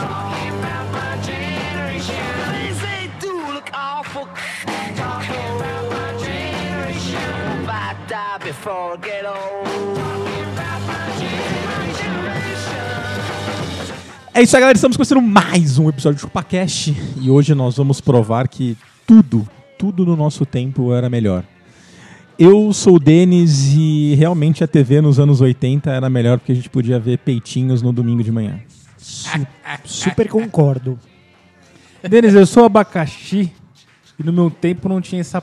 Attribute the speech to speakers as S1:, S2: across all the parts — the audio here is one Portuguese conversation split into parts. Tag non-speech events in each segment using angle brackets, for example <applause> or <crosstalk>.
S1: Talking about my generation. Things they do look awful. Talking about my generation. Hope I die before I get old. Talking about my generation.
S2: É isso aí, galera. Estamos começando mais um episódio do ChupaCast. E hoje nós vamos provar que tudo, tudo no nosso tempo era melhor. Eu sou o Denis e realmente a TV nos anos 80 era melhor porque a gente podia ver peitinhos no domingo de manhã.
S3: Super concordo.
S4: Denis, eu sou abacaxi e no meu tempo não tinha essa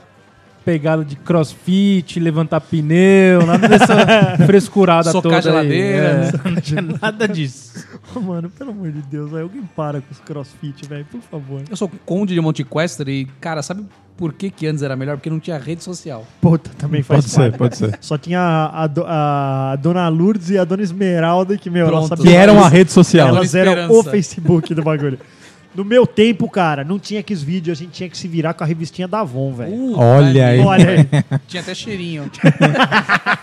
S4: pegada de crossfit, levantar pneu, nada
S5: <laughs>
S4: dessa frescurada
S5: Socar
S4: toda.
S5: geladeira.
S4: Aí.
S5: <laughs>
S4: É, não tinha nada disso.
S3: Ô, <laughs> Mano, pelo amor de Deus, velho, alguém para com os crossfit, velho, por favor.
S5: Eu sou conde de Montequester e, cara, sabe por que, que antes era melhor? Porque não tinha rede social.
S3: Puta, também faz
S2: Pode ser,
S3: parte.
S2: pode ser.
S3: Só tinha a, a do- a dona Lourdes e a dona Esmeralda que, meu, elas
S5: Pronto.
S2: Que
S3: sabiam.
S2: era um uma
S3: elas-
S2: rede social.
S3: Elas
S5: Dona
S3: eram o
S5: Esperança.
S3: Facebook do
S5: <laughs>
S3: bagulho. No meu tempo, cara, não tinha que os vídeos, a gente tinha que se virar com a revistinha da Avon, velho.
S5: Uh,
S2: Olha aí.
S3: Olha aí.
S5: Tinha até cheirinho. <laughs>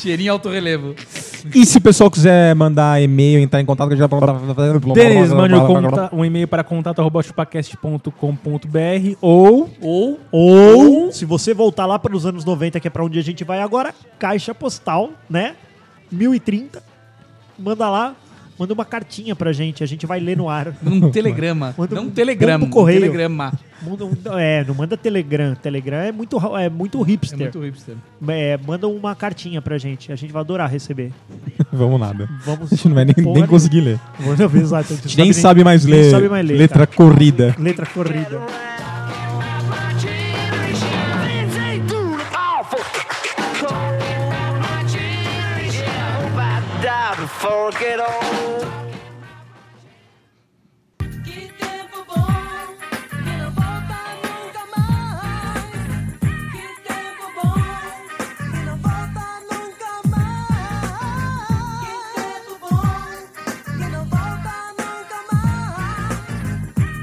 S5: cheirinho alto relevo.
S2: E se o pessoal quiser mandar e-mail, entrar em contato, que a gente tá vai
S4: Denis, mande um, conta- um e-mail para contato.chupacast.com.br ou
S5: Ou Uh.
S3: Ou, se você voltar lá para os anos 90, que é para onde a gente vai agora, caixa postal, né? 1030. Manda lá, manda uma cartinha pra gente, a gente vai ler no ar.
S5: num Um telegrama.
S3: Manda
S5: não
S3: um
S5: um telegrama.
S3: pombo correio.
S5: Um telegrama.
S3: Manda um- é, não manda Telegram. Telegram é muito, ra- é muito
S5: É
S3: hipster.
S5: muito hipster.
S3: É, manda uma cartinha pra gente. A gente vai adorar receber.
S2: Vamos nada. <laughs>
S3: Vamos.
S2: A gente não vai nem, nem
S3: Porra,
S2: conseguir ler.
S3: <laughs> Vamos ver, exato, a gente
S2: Nem sabe mais
S3: nem
S2: ler.
S3: sabe mais ler,
S2: letra
S3: cara.
S2: corrida.
S3: Letra corrida.
S1: Talking about my generation. Things they do look awful. Talking about my generation. Hope I die before I get old.
S6: Que tempo bom, que não volta nunca mais. Que tempo bom, que não volta nunca mais. Que tempo bom, que não volta nunca mais.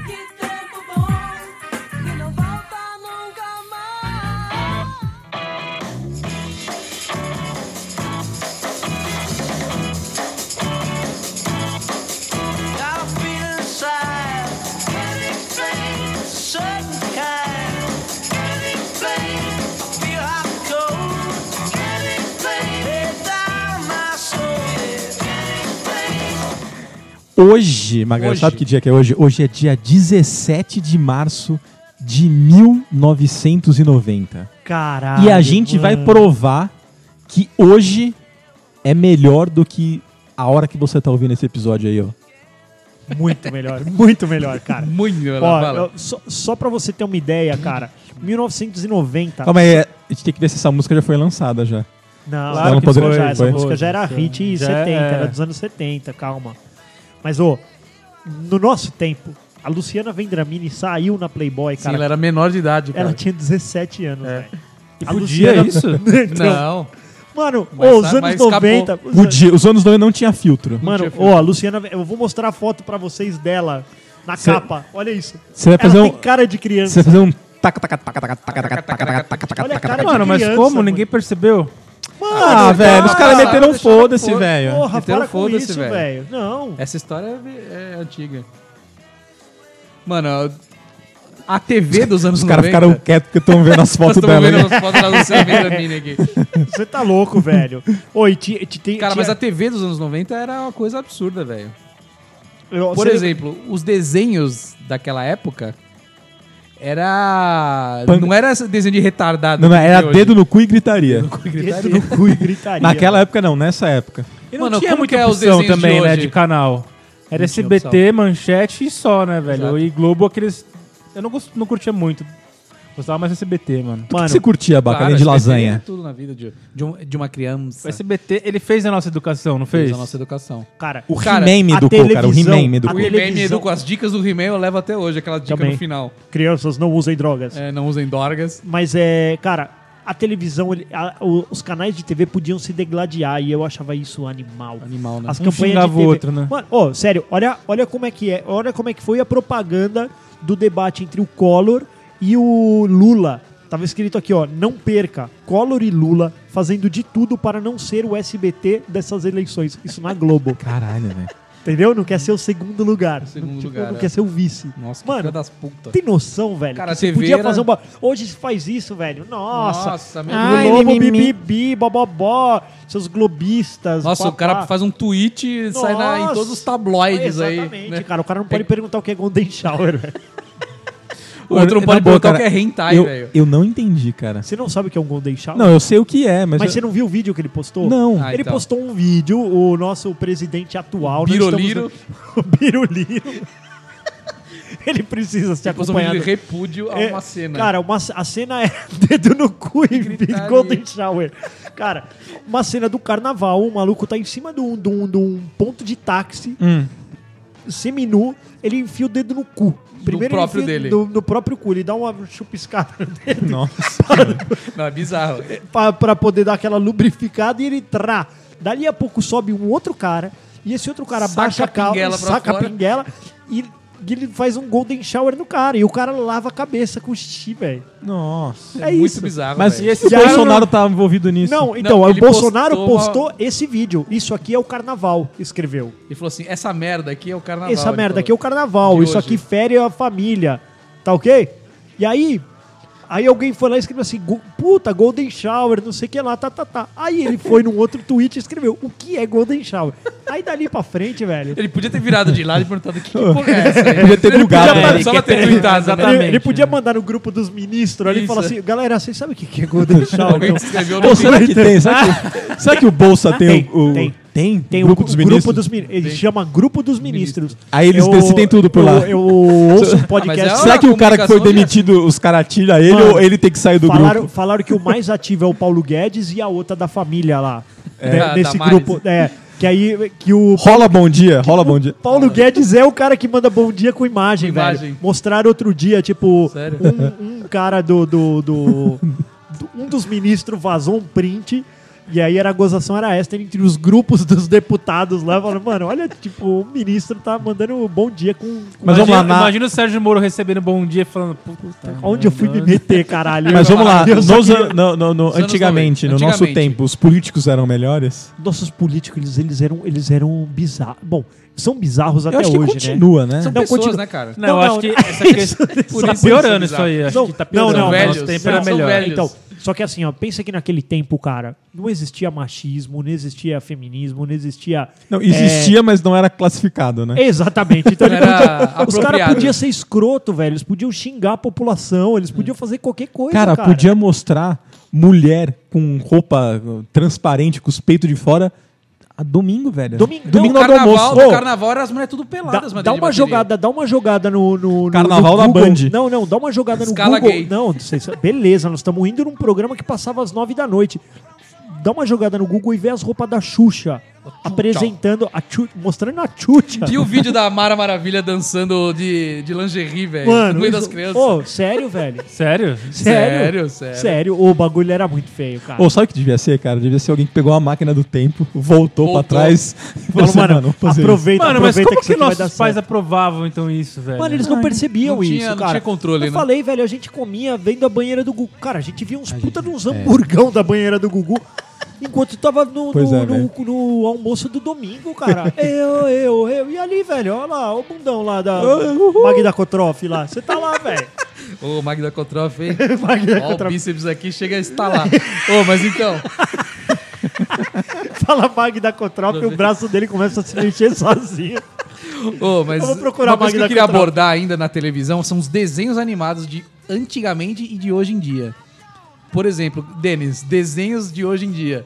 S6: Que tempo bom, que não volta nunca mais.
S1: Got a feeling inside. Can't explain a certain kind. Can't explain. I feel hot and cold. Can't explain. It's down my soul. Can't explain.
S2: Hoje, Magalhães,
S5: Hoje.
S2: sabe que dia que é hoje? Hoje é dia 17 de março de 1990.
S3: Caralho.
S2: e a gente vai
S3: mano.
S2: provar que hoje é melhor do que a hora que você tá ouvindo esse episódio aí, ó.
S3: Muito melhor, muito melhor, cara.
S5: Muito melhor.
S3: Ó,
S5: fala.
S3: eu- só, só pra você ter uma ideia, cara. 1990.
S2: Calma aí, é, a gente tem que ver se essa música já foi lançada já.
S3: Não,
S4: Claro
S3: não
S2: que
S3: poderia-
S2: foi,
S3: já, essa
S2: foi.
S3: música já era hit em
S4: Já
S3: 70,
S4: é.
S3: era dos anos 70, calma. Mas, ô, no nosso tempo, a Luciana Vendramini saiu na Playboy,
S5: Sim,
S3: cara.
S5: ela era menor de idade, cara.
S3: Ela tinha 17 anos, velho.
S4: E
S3: A
S4: podia
S3: Luciana-
S4: isso?
S3: <laughs> Então,
S5: Não.
S3: Mano,
S5: Mas
S3: ô, os
S5: tá-
S3: anos
S5: mas acabou.
S3: 90. os
S2: O
S3: an-
S2: dia, os anos 90 não tinha filtro.
S3: Mano,
S5: tinha
S3: ó, a Luciana, eu vou mostrar a foto pra vocês dela na
S2: Cê-
S3: capa. Olha isso.
S2: Você vai
S3: Ela
S2: fazer
S3: tem
S2: um.
S3: cara de criança.
S2: Você vai fazer um. Taca, taca, taca, taca, taca, taca, taca, taca, taca, taca,
S3: Olha a
S2: taca,
S5: Tá
S3: cara
S2: taca.
S4: Mano, mas
S3: criança,
S4: como?
S3: mano.
S4: Ninguém percebeu?
S2: Ah, velho, os caras
S5: cara,
S2: meteram
S5: deixaram
S2: foda-se,
S5: foda.
S2: velho.
S3: Porra,
S5: Meteram
S3: para com
S5: então foda-se,
S3: isso,
S5: velho.
S3: velho. Não.
S5: Essa história é, é antiga. Mano, a TV dos anos
S2: Os caras
S5: 90...
S2: ficaram quietos porque estão vendo as
S5: Nós
S2: fotos
S5: estamos
S2: dela.
S5: vendo
S2: né?
S5: as fotos da Luciana Vendramini aqui.
S3: Você tá louco, velho. Oi, ti, ti, ti,
S5: É. Cara,
S3: ti-
S5: mas a TV dos anos 90 era uma coisa absurda, velho.
S3: eu-
S5: Por
S3: você-
S5: exemplo, os desenhos daquela época era.
S2: Pan-
S5: Não era esse desenho de retardado.
S2: Não, não,
S5: que tem
S2: era
S5: hoje.
S2: dedo no cu e gritaria.
S3: Dedo no cu e gritaria.
S2: Naquela época não, nessa época.
S4: E não
S5: Mano,
S4: tinha
S5: como
S4: muita
S5: que é os
S4: opção
S5: desenhos de
S4: também, né,
S5: hoje?
S4: de canal. Era
S5: Não tinha
S4: SBT, Manchete e só, né, velho?
S5: Exato.
S4: E Globo, aqueles... Eu não, gost- não curtia muito. Gostava mais do SBT, mano.
S2: O que
S3: Mano,
S2: você curtia, Baca, além de
S5: acho que é
S2: lasanha?
S5: tudo na vida de, de, um- de uma
S4: O
S5: criança.
S4: SBT, ele fez a nossa educação, não fez?
S5: Fez a nossa educação.
S3: cara,
S2: O
S5: Cara,
S2: He-Man me
S3: a
S2: educou, cara. O He-Man
S3: televisão-
S2: me
S3: a
S2: educou.
S5: O He-Man me
S3: televisão-
S5: educou. As dicas do He-Man eu levo até hoje, aquela dica
S3: Também.
S5: no final.
S3: crianças não usem drogas.
S5: É, não usem dorgas.
S3: Mas é, cara, a televisão, ele- a- o- os canais de TV podiam se degladiar e eu achava isso animal.
S5: Animal, né?
S3: As
S4: Um
S3: campanhas
S4: xingava
S3: de
S4: o
S3: TV.
S4: outro, né?
S3: Mano, ó, sério, olha, olha como é que é, olha como é que foi a propaganda do debate entre o Collor e o Lula. Tava escrito aqui, ó, não perca, Collor e Lula fazendo de tudo para não ser o SBT dessas eleições. Isso na
S5: <laughs>
S3: Globo,
S2: Caralho, velho.
S3: entendeu? Não quer ser o segundo lugar.
S5: Segundo
S3: não, tipo,
S5: lugar,
S3: não
S5: é.
S3: quer ser o vice.
S5: Nossa, que
S3: Mano,
S5: filha das putas.
S3: tem noção, velho?
S5: Cara,
S3: que você
S5: a TV
S3: podia
S5: era-
S3: fazer um uma. Hoje se faz isso, velho. Nossa.
S5: Nossa, meu
S2: Ai,
S3: Globo,
S2: mimimi.
S3: bibibi, bobobó, seus globistas.
S5: Nossa, o cara faz um tweet e sai na- em todos os tabloides aí.
S3: Exatamente,
S5: né?
S3: cara. O cara não pode perguntar o que é Golden Shower, <laughs> velho.
S5: O outro não
S2: Na
S5: pode
S2: boa,
S5: botar o
S2: cara,
S5: que é hentai,
S2: eu-
S5: velho.
S2: Eu não entendi, cara.
S3: Você não sabe o que é um Golden Shower?
S2: Não, eu sei o que é, mas.
S3: Mas você
S2: eu-
S3: não viu o vídeo que ele postou?
S2: Não.
S5: Ah,
S3: ele
S5: então.
S3: postou um vídeo, o nosso presidente atual. nós
S5: Biroliro.
S3: estamos- <laughs> O Biroliro.
S5: <laughs>
S3: ele precisa se
S5: Depois um vídeo
S3: acompanhar.
S5: de repúdio a
S3: É,
S5: uma cena.
S3: Cara, uma, a cena é <laughs> dedo no cu e
S5: gritaria.
S3: Golden Shower. Cara, uma cena do carnaval, o maluco tá em cima de um, de um, de um ponto de táxi,
S5: Hum.
S3: seminu, ele enfia o dedo no cu. ele
S5: próprio
S3: enfia
S5: dele.
S3: No, no próprio cu, ele dá uma chupiscada <laughs> no dedo
S2: Nossa.
S5: Não, é bizarro.
S3: pra, pra poder dar aquela lubrificada e ele trá. Dali a pouco sobe um outro cara e esse outro cara
S5: Saca
S3: baixa a
S5: a pinguela
S3: calça,
S5: pra
S3: saca a
S5: fora.
S3: pinguela e, e ele faz um golden shower no cara. E o cara lava a cabeça com o xixi, velho.
S2: Nossa.
S3: É
S5: muito
S3: isso.
S5: bizarro.
S2: Mas
S5: velho.
S2: e se o
S3: E aí
S2: Bolsonaro
S3: não-
S2: tá envolvido nisso?
S3: um- Não, então, o
S5: ele
S3: Bolsonaro
S5: postou uma-
S3: postou esse vídeo. Isso aqui é o carnaval, escreveu.
S5: Ele falou assim: essa merda aqui é o carnaval.
S3: Essa
S5: ele
S3: merda
S5: falou.
S3: aqui é o carnaval.
S5: De
S3: Isso
S5: hoje.
S3: aqui fere a família. Tá ok? E aí. Aí alguém foi lá e escreveu assim, "Go- puta, Golden Shower, não sei o que lá, tá, tá, tá. Aí ele foi num outro tweet e escreveu, o que é Golden Shower? Aí dali pra frente, velho, ele,
S5: Ele podia ter virado de lado e perguntado: que, que porra é essa? aí?"
S2: Podia ter
S5: Ele
S2: bugado,
S5: podia
S2: né?
S5: só pra
S4: <laughs>
S5: ter tweetado,
S4: Exatamente.
S5: né?
S3: ele podia mandar no grupo dos ministros ali e
S5: Isso.
S3: falar assim, galera, vocês sabem o que que é Golden Shower?
S5: <laughs> Alguém
S3: não?"
S5: escreveu no
S2: Pô, será que tem? Será que, será que o Bolsa tem,
S3: Ah. Tem,
S2: o. o-
S3: tem.
S2: tem?
S3: Tem o
S2: grupo dos ministros.
S3: Grupo dos, Min- ele chama Grupo dos Ministros.
S2: Aí eles decidem tudo por lá.
S3: Eu, eu ouço um podcast.
S5: Ah, <laughs> mas é
S2: Será que o cara que foi
S5: comunicação é assim.
S2: demitido, os caras tiram ele
S3: Mano,
S2: ou ele tem que sair do
S3: falaram,
S2: grupo?
S3: falaram que o mais ativo é o Paulo Guedes e a outra da família lá. né,
S5: Ah,
S3: nesse
S5: Damares.
S3: grupo. É, que aí que o
S2: Rola bom dia, rola bom dia.
S3: Paulo Guedes é o cara que manda bom dia com imagem,
S5: Com imagem.
S3: velho. Mostraram outro dia, tipo,
S5: Sério?
S3: um, um cara do, do, do- do- Um dos ministros vazou um print. E aí era a gozação era esta entre os grupos dos deputados lá. Falando, mano, olha, tipo, o ministro tá mandando bom dia com. com
S2: Mas vamos
S4: imagina,
S2: lá, na-
S4: imagina o Sérgio Moro recebendo bom dia e falando, puta,
S3: Onde eu fui me meter, caralho?
S2: Mas vamos lá,
S3: Eu só
S2: nos
S3: queria-
S2: an- no- no- no-
S5: Nos anos
S2: antigamente, no
S5: 90,
S2: nosso
S5: antigamente.
S2: tempo, os políticos eram melhores?
S3: Nossos políticos, eles, eles eram, eles eram bizarros. Bom, são bizarros até
S2: Eu acho que
S3: hoje, né?
S2: continua, né?
S5: São
S3: Não,
S5: pessoas,
S3: continua.
S5: né, cara?
S4: Não, eu
S3: Não,
S4: acho
S3: não,
S4: que
S3: não.
S4: essa questão
S3: Isso,
S4: tá
S3: isso, é.
S4: piorando
S5: isso, é
S4: isso aí. Acho que tá
S3: Não,
S4: piorando.
S3: não,
S4: Nosso
S5: velhos,
S4: tempo
S5: são
S4: era melhor.
S5: velhos.
S3: Então, só que assim, ó, pensa que naquele tempo, cara, não existia machismo, não existia feminismo, não existia.
S2: Não, existia, mas não era classificado, né?
S3: É, exatamente. Então,
S5: Não
S3: ele
S5: era
S3: podia- os caras
S5: apropriado.
S3: podiam ser escroto, velho. Eles podiam xingar a população, eles podiam fazer qualquer coisa.
S2: Cara,
S3: Cara,
S2: podia mostrar mulher com roupa transparente, com os peitos de fora, a domingo, velho.
S3: Domingão,
S2: domingo na
S5: No
S2: hora do
S5: carnaval,
S2: almoço.
S5: no
S2: Ô,
S5: carnaval era as mulheres tudo
S3: Dá,
S5: peladas, mas
S3: dá
S5: de
S3: uma
S5: bateria.
S3: jogada, dá uma jogada no. no- no-
S2: Carnaval
S3: no
S2: da
S3: Google.
S2: Band.
S3: Não, não, dá uma jogada no
S5: Escala
S3: Google.
S5: gay.
S3: Não, vocês- beleza, nós estamos indo num programa que passava às nove da noite. Dá uma jogada no Google e vê as roupas da Xuxa. Apresentando, a Xu- mostrando a Xuxa.
S5: E o vídeo da Mara Maravilha dançando de, de lingerie, velho. No
S3: <laughs> Mano,
S5: meio das
S3: isso-
S5: crianças.
S3: Ô, sério, velho?
S4: Sério?
S3: Sério?
S5: Sério, sério.
S3: O bagulho era muito feio, cara.
S2: Ô, sabe o que devia ser, cara? Devia ser alguém que pegou a máquina do tempo, voltou,
S5: Voltou.
S2: pra trás e falou
S3: <laughs> Falou,
S2: assim,
S3: mano,
S2: mano, vamos fazer isso.
S3: aproveita,
S4: Mano, mas
S3: tá? aproveita
S4: como
S3: isso
S4: que
S3: aqui vai dar
S4: nossos pais
S3: certo.
S4: aprovavam então isso, velho?
S3: Mano, eles não percebiam
S5: não tinha-
S3: isso,
S5: não
S3: cara.
S5: tinha controle,
S3: Eu
S5: né?
S3: falei, velho, a gente comia vendo a banheira do Gugu. Cara, a gente é. via uns puta de uns hamburgão da banheira do Gugu. Enquanto tava no,
S2: Pois
S3: no-
S2: é,
S3: no-
S2: velho.
S3: no almoço do domingo, <laughs> cara. eu, eu, eu. E ali, velho, olha lá, o bundão lá da Magda Kotroff lá. Você tá lá, velho.
S5: Ô, Magda Kotroff, hein?
S3: <laughs> Magda
S5: Ó, o
S3: Kotroff.
S5: bíceps aqui chega a estalar. Ô, mas então,
S3: Fala Magda Kotroff e o braço dele começa a se mexer sozinho.
S5: ô, mas
S3: Eu vou procurar
S5: uma coisa que
S3: Magda
S5: eu queria
S3: Kotroff.
S5: abordar ainda na televisão são os desenhos animados de antigamente e de hoje em dia. Por exemplo, Denis, desenhos de hoje em dia.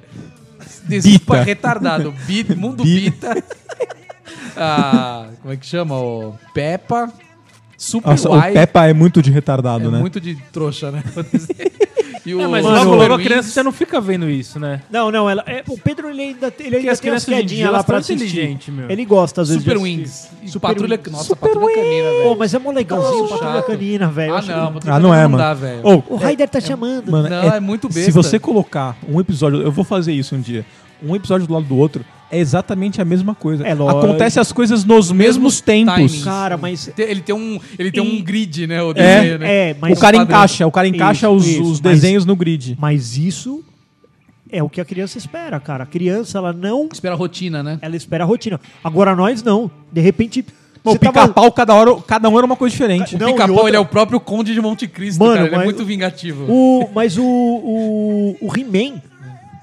S5: Desculpa,
S2: Bita.
S5: retardado.
S2: <laughs>
S5: Bi- mundo
S2: Bi-
S5: Bita. Ah, como é que chama? O Peppa. Super
S2: Nossa, o
S5: Why
S2: Peppa é muito de retardado,
S5: é
S2: né?
S5: muito de
S2: <laughs>
S5: trouxa, né? Vou dizer. E o
S4: É, mas
S5: Mano,
S4: logo,
S5: Super
S4: logo a
S5: Wings-
S4: criança já não fica vendo isso, né?
S3: Não, não, ela, é, o Pedro ele ainda, ele
S4: Porque
S3: ainda
S4: as
S3: tem umas
S4: crianças hoje em dia,
S3: quedinhas lá
S4: elas
S3: pra
S4: são
S3: assistir.
S4: inteligentes, meu.
S3: Ele gosta, às vezes,
S5: Super
S3: de assistir.
S5: Wings. E
S3: Super
S5: Patrulha...
S3: Wings.
S5: Nossa, Patrulha Canina,
S3: Pô,
S5: velho.
S3: mas é mó legalzinho, Patrulha
S5: chato.
S3: Canina, velho. Eu
S5: Ah,
S3: acho
S5: não.
S3: que-
S5: Patrulha
S2: Ah, não
S5: Canina
S2: é, mano.
S5: dá, velho.
S2: Ou,
S3: O Raider
S5: é
S3: tá chamando.
S2: mano,
S5: Não, é muito
S2: Se
S5: besta.
S2: você colocar um episódio, eu vou fazer isso um dia, um episódio do lado do outro, é exatamente a mesma coisa.
S3: É lógico.
S2: Acontece as coisas nos mesmos
S5: Mesmos
S2: tempos.
S5: timings.
S3: Cara, mas.
S5: Te- Ele tem um, ele tem
S3: E-
S5: um grid, né? O
S3: É,
S5: desenho, né?
S3: é, mas.
S2: o cara
S5: padrão.
S2: encaixa, o cara encaixa
S3: Isso,
S2: os,
S3: isso,
S2: os
S3: mas-
S2: desenhos no grid.
S3: Mas isso é o que a criança espera, cara. A criança, ela não.
S5: Espera a rotina, né?
S3: Ela espera a rotina. Agora nós não. De repente.
S2: Bom, o pica-pau, cada, hora, cada um era uma coisa diferente.
S5: O
S3: Não, e
S5: Pica-Pau,
S3: outra-
S5: ele é o próprio Conde de Monte Cristo,
S3: Mano,
S5: cara. Ele
S3: mas-
S5: é muito vingativo.
S3: O, mas o, o, o He-Man,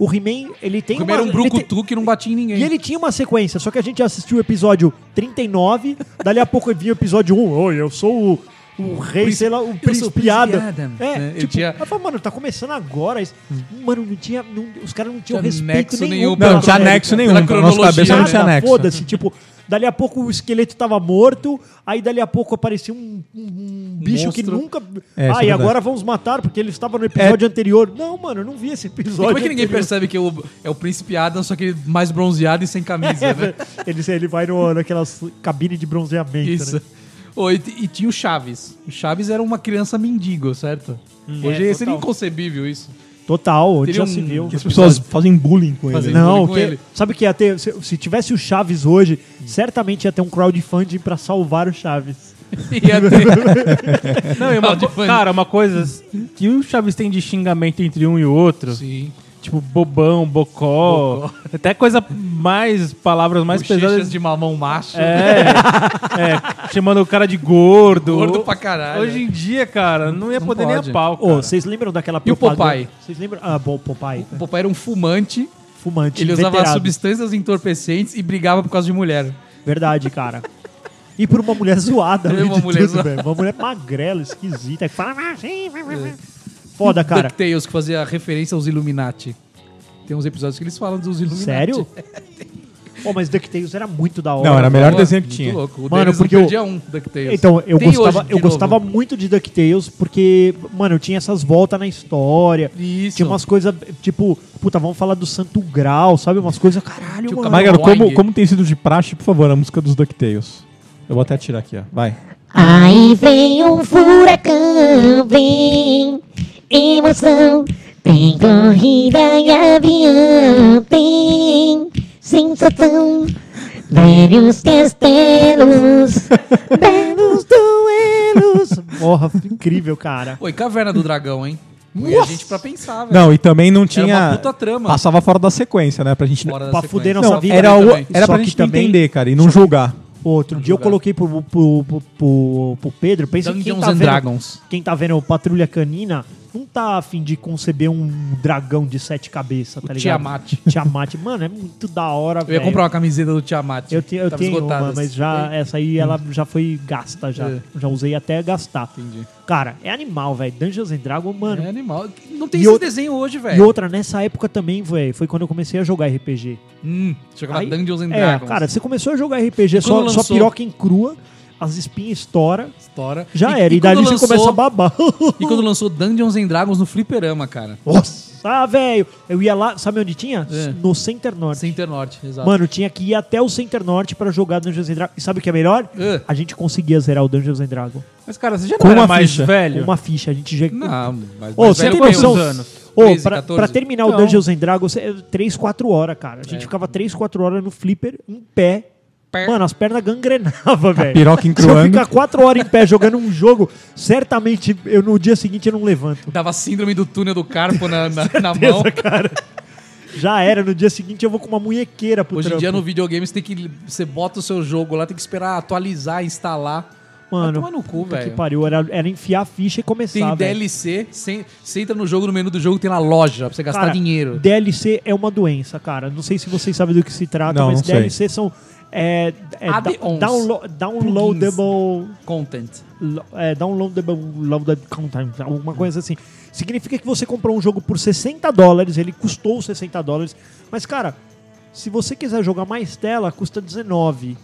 S3: o He-Man, ele tem
S5: Primeiro
S3: uma...
S5: um
S3: ele tem-
S5: brucutu que não batia em ninguém.
S3: E ele tinha uma sequência, só que a gente assistiu o episódio 39, dali a pouco vinha o episódio 1, oi, eu sou o, o rei,
S5: Príncipe-
S3: sei lá, o
S5: sou o
S3: príncipe
S5: príncipe
S3: piada.
S5: Adam,
S3: É,
S5: né? Ele
S3: tipo,
S5: tinha-
S3: eu falo, mano, tá começando agora, isso- mano, não tinha, não- os caras não tinham
S5: Tinha
S3: respeito
S5: nexo né?
S3: nenhum.
S5: nenhum
S3: pela
S2: Não, não tinha
S3: série,
S2: nexo
S3: cara.
S2: nenhum.
S5: Pela
S2: Na nossa cabeça não
S5: cronologia,
S2: tinha
S3: Nada,
S2: nexo.
S3: Foda-se, tipo, dali a pouco o esqueleto tava morto, aí dali a pouco aparecia um, um- um bicho
S5: Monstro.
S3: que nunca.
S2: É, isso é
S3: ah, e
S2: verdade. É.
S3: agora vamos matar, porque ele estava no episódio anterior. Não, mano, eu não vi esse episódio.
S5: E como é que ninguém
S3: anterior.
S5: percebe que é o, é o príncipe Adam, só que mais bronzeado e sem camisa,
S3: <laughs> É,
S5: né?
S3: velho. ele, ele vai no, naquelas cabine de bronzeamento,
S5: Isso.
S3: né?
S5: Ô, e, e tinha o Chaves. O Chaves era uma criança mendigo, certo? Hoje
S3: É,
S5: seria
S3: total.
S5: inconcebível
S3: <laughs>
S5: isso.
S3: Total, onde
S5: Teria
S3: já
S5: um-
S3: se viu.
S2: Que as pessoas fazem bullying com ele.
S5: Fazem.
S2: né?
S3: Não,
S5: com
S3: que-
S5: ele.
S3: sabe o que ia ter? Se, se tivesse o Chaves hoje, certamente ia ter um crowdfunding pra salvar o Chaves.
S5: Ia ter-
S4: Não, e uma
S5: Onde
S4: co-
S5: foi?
S4: cara, uma coisa que o Chaves tem de xingamento entre um e outro,
S5: Sim.
S4: tipo bobão, bocó, até coisa mais, palavras mais
S5: Bochechas
S4: pesadas.
S5: de <laughs> mamão macho.
S4: É, chamando o cara de gordo.
S5: Gordo pra caralho.
S4: Hoje em dia, cara, não ia
S5: Não
S4: poder nem
S5: pode.
S4: a pau,
S3: Ô,
S4: cara.
S3: vocês lembram daquela
S5: E o
S3: propaganda-
S5: Popeye?
S3: Vocês lembram? Ah, bom, o Popeye.
S5: O papai era um fumante.
S3: Fumante,
S5: Ele usava
S3: inveterado.
S5: substâncias entorpecentes e brigava por causa de mulher.
S3: Verdade, cara. E por uma mulher zoada,
S5: Por
S3: além
S5: é uma
S3: de
S5: mulher
S3: tudo,
S5: zoada.
S3: velho. Uma mulher magrela, esquisita, que fala assim. Foda, cara.
S5: DuckTales, que fazia referência aos Illuminati. Tem uns episódios que eles falam dos Illuminati. <laughs>
S3: Sério? Pô, mas DuckTales era muito da hora.
S2: Não, era o
S3: velho.
S2: melhor
S5: Pô,
S2: desenho que
S5: muito
S2: tinha.
S5: louco. O
S3: Mano,
S5: Dennis
S3: porque
S5: não
S3: eu-
S5: perdia um DuckTales.
S3: Então, eu
S5: Tem
S3: gostava,
S5: hoje, de
S3: eu
S5: novo.
S3: gostava muito de DuckTales porque, mano, eu tinha essas voltas na história.
S5: Isso.
S3: Tinha umas coisas, tipo, puta, vamos falar do Santo Grau, sabe? Umas coisas, caralho,
S5: Tinha o
S3: mano.
S2: Mas, cara,
S5: Wang.
S2: como, como tem sido de praxe, por favor, a música dos DuckTales. Eu vou até tirar aqui, ó. Vai.
S7: Aí vem um furacão, vem emoção, tem corrida e avião, tem sensação, velhos castelos, belos
S5: <laughs>
S3: Duelos. Porra, incrível, cara.
S5: Oi, Caverna do Dragão, hein? E a gente pra pensar, velho.
S2: Não, e também não tinha.
S5: uma puta trama.
S2: Passava fora da sequência, né? Pra gente.
S5: Fora da
S3: pra
S5: sequência.
S3: fuder nossa
S2: Não,
S3: vida
S2: era,
S3: né,
S2: o...
S3: também.
S2: era
S3: Só
S2: pra
S3: que
S2: gente
S3: também-
S2: entender, cara, e não julgar.
S3: Outro dia eu coloquei pro, pro, pro, pro- pro Pedro, pensa que quem
S5: Dungeons
S3: tá,
S5: and
S3: vendo,
S5: Dragons.
S3: quem tá vendo o Patrulha Canina não tá afim de conceber um dragão de sete cabeças, tá
S5: O
S3: ligado?
S5: Tiamat.
S3: Tiamat. Mano, é muito da hora,
S5: Eu ia
S3: velho.
S5: comprar uma camiseta do Tiamat.
S3: Eu, te, eu
S5: Tava
S3: tenho
S5: esgotada. assim. né?
S3: uma, mas já, essa aí ela já foi gasta já.
S5: É.
S3: Já usei até gastar.
S5: Entendi.
S3: Cara, é animal, velho. Dungeons and Dragons, mano.
S5: É animal. Não tem
S3: E
S5: esse
S3: outra-
S5: desenho hoje,
S3: E
S5: velho.
S3: outra, nessa época também, velho, foi quando eu comecei a jogar RPG.
S5: Hum, chegava
S3: Aí-
S5: Dungeons and
S3: É,
S5: Dragons.
S3: cara, você começou a jogar RPG, só,
S5: quando
S3: só
S5: lançou?
S3: piroca em crua, as espinhas estoura,
S5: Estoura.
S3: já era. E, daí
S5: quando
S3: você
S5: lançou-
S3: começa a babar. <laughs>
S5: E quando lançou Dungeons and Dragons no fliperama, cara.
S3: Nossa, ah, velho. Eu ia lá, sabe onde tinha?
S5: É.
S3: No Center Norte.
S5: Center Norte, exato.
S3: Mano, tinha que ir até o Center Norte pra jogar Dungeons and Dragons. E sabe o que é melhor?
S5: É.
S3: A gente conseguia zerar o Dungeons and Dragons.
S4: Mas, cara, você já
S2: Com
S4: não era
S2: uma
S4: mais
S2: ficha.
S4: velho?
S3: Uma ficha, a gente já...
S5: Não, mas...
S3: Ô,
S5: mas
S3: você
S5: velho,
S3: tem
S5: quantos
S3: noção?
S5: anos?
S3: Ô,
S5: 13,
S3: pra,
S5: 14?
S3: pra terminar o
S4: Não.
S3: Dungeons and Dragons, é 3, 4 horas, cara. A gente ficava 3, 4 horas no flipper, em pé.
S5: É. Pé.
S3: Mano, as pernas gangrenavam, velho.
S2: piroca
S3: Se eu
S2: encruando.
S3: ficar 4 horas em pé jogando um jogo, certamente eu, no dia seguinte eu não levanto.
S5: Dava síndrome do túnel do carpo na, na,
S3: <laughs>
S5: na mão.
S3: Já era, no dia seguinte eu vou com uma munhequeira pro
S5: Hoje em
S3: trampo.
S5: dia no videogame você tem que. Você bota o seu jogo lá, tem que esperar atualizar, instalar.
S3: Mano,
S5: Vai tomar no cu,
S3: puta que
S5: velho.
S3: pariu, era, era enfiar a ficha e
S5: Tem
S3: começar, velho.
S5: DLC, sem- você entra no jogo, no menu do jogo tem lá loja pra você gastar
S3: Cara,
S5: dinheiro.
S3: DLC é uma doença, cara. Não sei se vocês sabem do que se trata,
S2: Não,
S3: mas
S2: não sei.
S3: DLC são... É, é, da-
S5: Add-ons.
S3: downlo- downloadable...
S5: Content.
S3: Lo- é, downloadable downloaded content, alguma coisa assim. Significa que você comprou um jogo por 60 dólares, ele custou 60 dólares, mas cara, se você quiser jogar mais tela, custa 19.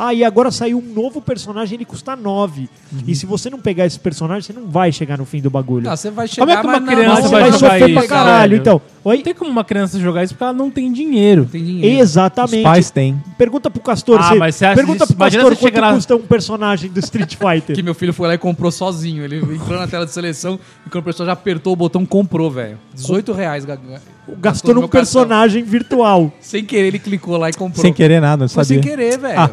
S3: Ah, e agora saiu um novo personagem, ele custa 9. E se você não pegar esse personagem, você não vai chegar no fim do bagulho.
S5: Ah, você vai
S3: é
S5: chegar,
S4: que
S5: mas
S4: uma
S5: não-
S4: criança
S5: mas
S3: você
S4: vai
S3: vai
S4: jogar
S3: sofrer pra
S4: isso,
S3: caralho.
S4: velho.
S3: Então,
S4: Não
S3: Oi?
S4: tem como uma criança jogar isso porque ela não tem dinheiro.
S5: Tem dinheiro.
S2: Os
S3: Exatamente.
S2: pais têm.
S3: Pergunta pro Castor.
S4: Ah,
S3: você-
S4: mas você acha
S3: pergunta
S4: isso-
S3: pro
S4: imagina
S3: Castor
S4: você chegar
S3: quanto
S4: lá-
S3: custa um personagem
S4: <laughs>
S3: do Street Fighter.
S5: Que meu filho foi lá e comprou sozinho. Ele entrou na tela de seleção e quando o pessoal já apertou o botão, comprou, velho. 18 reais. ga- ga-
S3: Gastou
S5: no
S3: num
S5: meu cartão.
S3: personagem virtual.
S5: Sem querer, ele clicou lá e comprou.
S2: Sem querer nada,
S5: Foi
S2: sabia?
S5: sem querer, velho.
S2: Ah,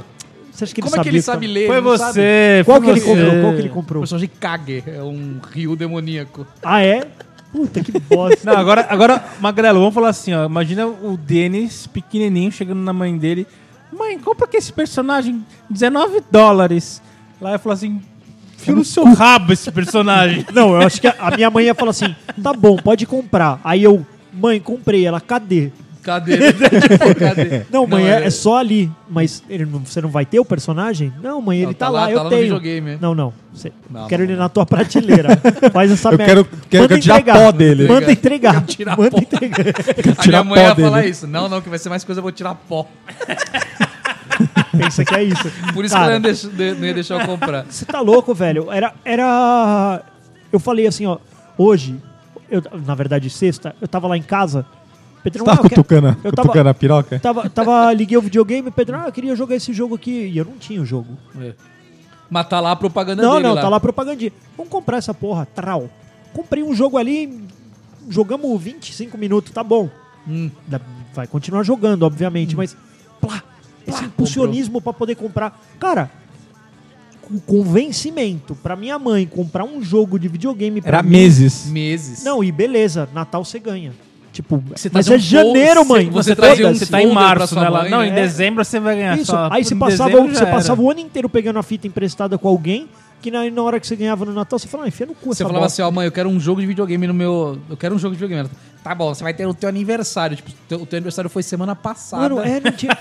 S3: Você acha que ele
S5: Como é que ele
S3: sabia,
S5: sabe
S3: cara?
S5: ler? É.
S4: Foi
S5: Ele não sabe.
S4: você,
S3: Qual que
S4: foi
S3: ele
S4: você.
S3: comprou? Qual que ele
S5: O
S3: comprou?
S5: personagem Kage é um rio demoníaco.
S3: Ah, é? Puta que
S5: <laughs>
S3: bosta.
S4: Não, agora, agora, Magrelo, vamos falar assim, ó. Imagina o Denis, pequenininho, chegando na mãe dele. Mãe, compra aqui esse personagem, 19 dólares. Lá eu falo assim, fio no seu rabo esse personagem.
S3: Não, eu acho que a, a minha mãe ia falar assim: tá bom, pode comprar. Aí eu, mãe, comprei. Ela, cadê?
S5: Cadê? Tipo, cadê?
S3: <laughs> Não, mãe, é,
S5: ele-
S3: é só ali. Mas ele não- você não vai ter o personagem? Não, mãe, ele
S5: Não,
S3: tá, lá, eu
S5: tá lá no
S3: tenho.
S5: videogame, é.
S3: Não, não. Você-
S5: Não,
S3: quero
S5: não,
S3: ele na
S5: <laughs>
S3: tua prateleira. Faz essa
S2: Eu
S3: merda.
S2: quero, quero que eu tirar pó dele.
S3: Manda
S5: Quero
S3: entregar.
S5: tirar
S3: Manda
S5: pó.
S3: entregar.
S5: A minha
S2: tirar
S5: mãe
S2: pó
S5: ia falar
S2: dele.
S5: isso. Não, não, que vai ser mais coisa, eu vou tirar pó.
S3: Pensa que é isso.
S5: <laughs> Por isso
S3: Cara,
S5: que ela não, deixou- de- não ia deixar eu comprar.
S3: Você tá louco, velho. Era, era. Eu falei assim, ó. Hoje, eu, na verdade, sexta, eu tava lá em casa. Pedrão,
S2: Você tava
S3: ah, eu quero-
S2: cutucando, a-
S3: eu tava-
S2: cutucando a piroca?
S3: Tava, tava, liguei o videogame, Pedro, ah, eu queria jogar esse jogo aqui. E eu não tinha o jogo.
S5: Mas tá lá a propaganda
S3: Não,
S5: dele
S3: não,
S5: lá.
S3: tá lá propagandinha. Vamos comprar essa porra, trau. Comprei um jogo ali, jogamos 25 minutos, tá bom.
S5: Hum.
S3: Da- Vai continuar jogando, obviamente, mas plá, esse impulsionismo pra poder comprar. Cara, o convencimento pra minha mãe comprar um jogo de videogame pra
S2: Era
S3: mim-
S2: meses.
S5: Meses.
S3: Não, e beleza, Natal você ganha. Tipo,
S5: Você
S3: mas é
S5: trazia um folder,
S3: janeiro, mãe.
S5: <laughs> você
S3: mas
S5: trazia um
S3: foda-se.
S4: Você tá em
S5: folder pra
S4: março,
S5: sua
S4: né? Lá,
S5: mãe,
S4: não, em
S5: né?
S4: dezembro você vai ganhar
S3: Isso,
S4: É, só.
S3: aí você
S4: Em
S3: passava,
S5: um,
S4: dezembro
S3: o-
S4: já
S3: você
S4: era.
S3: passava o ano inteiro pegando a fita emprestada com alguém, que na, na hora que você ganhava no Natal, você falava, ah, enfia no cu
S5: Você
S3: essa
S5: falava
S3: bosta.
S5: assim, ó, mãe, eu quero um jogo de videogame no meu. Eu quero um jogo de videogame. Ela, Tá bom, você vai ter o teu aniversário. Tipo, teu- o teu aniversário foi semana passada.
S3: Mano, é,
S5: <laughs>
S3: não tinha.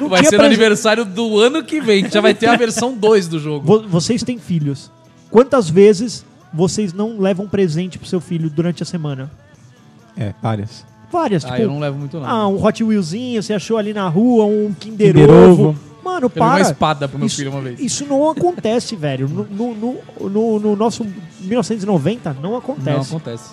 S3: Não
S5: vai
S3: tinha
S5: ser no
S3: pra-
S5: aniversário do ano que vem, que já vai ter a versão 2 do jogo.
S3: Vo- Vocês têm filhos. Quantas vezes vocês não levam presente pro seu filho durante a semana?
S2: É, várias.
S3: Várias,
S5: Ah,
S3: tipo.
S5: eu não levo muito, não.
S3: Ah, um Hot Wheelzinho, você achou ali na rua, um Kinder,
S2: Kinder
S3: Ovo.
S2: Ovo.
S3: Mano,
S5: eu levei
S3: para.
S5: uma espada pro meu
S3: isso,
S5: filho uma vez.
S3: isso não acontece, velho. No, no, no- no- no nosso 1990, não acontece.
S5: Não acontece.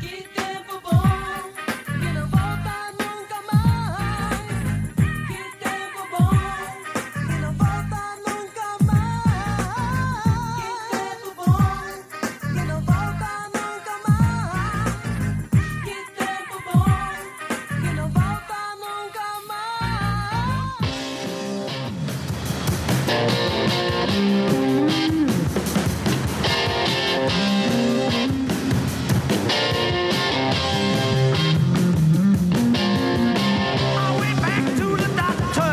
S6: Que tempo bom, que não volta nunca mais. Que tempo bom, que não volta nunca mais. Que tempo bom, que não volta nunca mais. Que tempo bom, que não volta nunca mais.
S1: I went back to the doctor.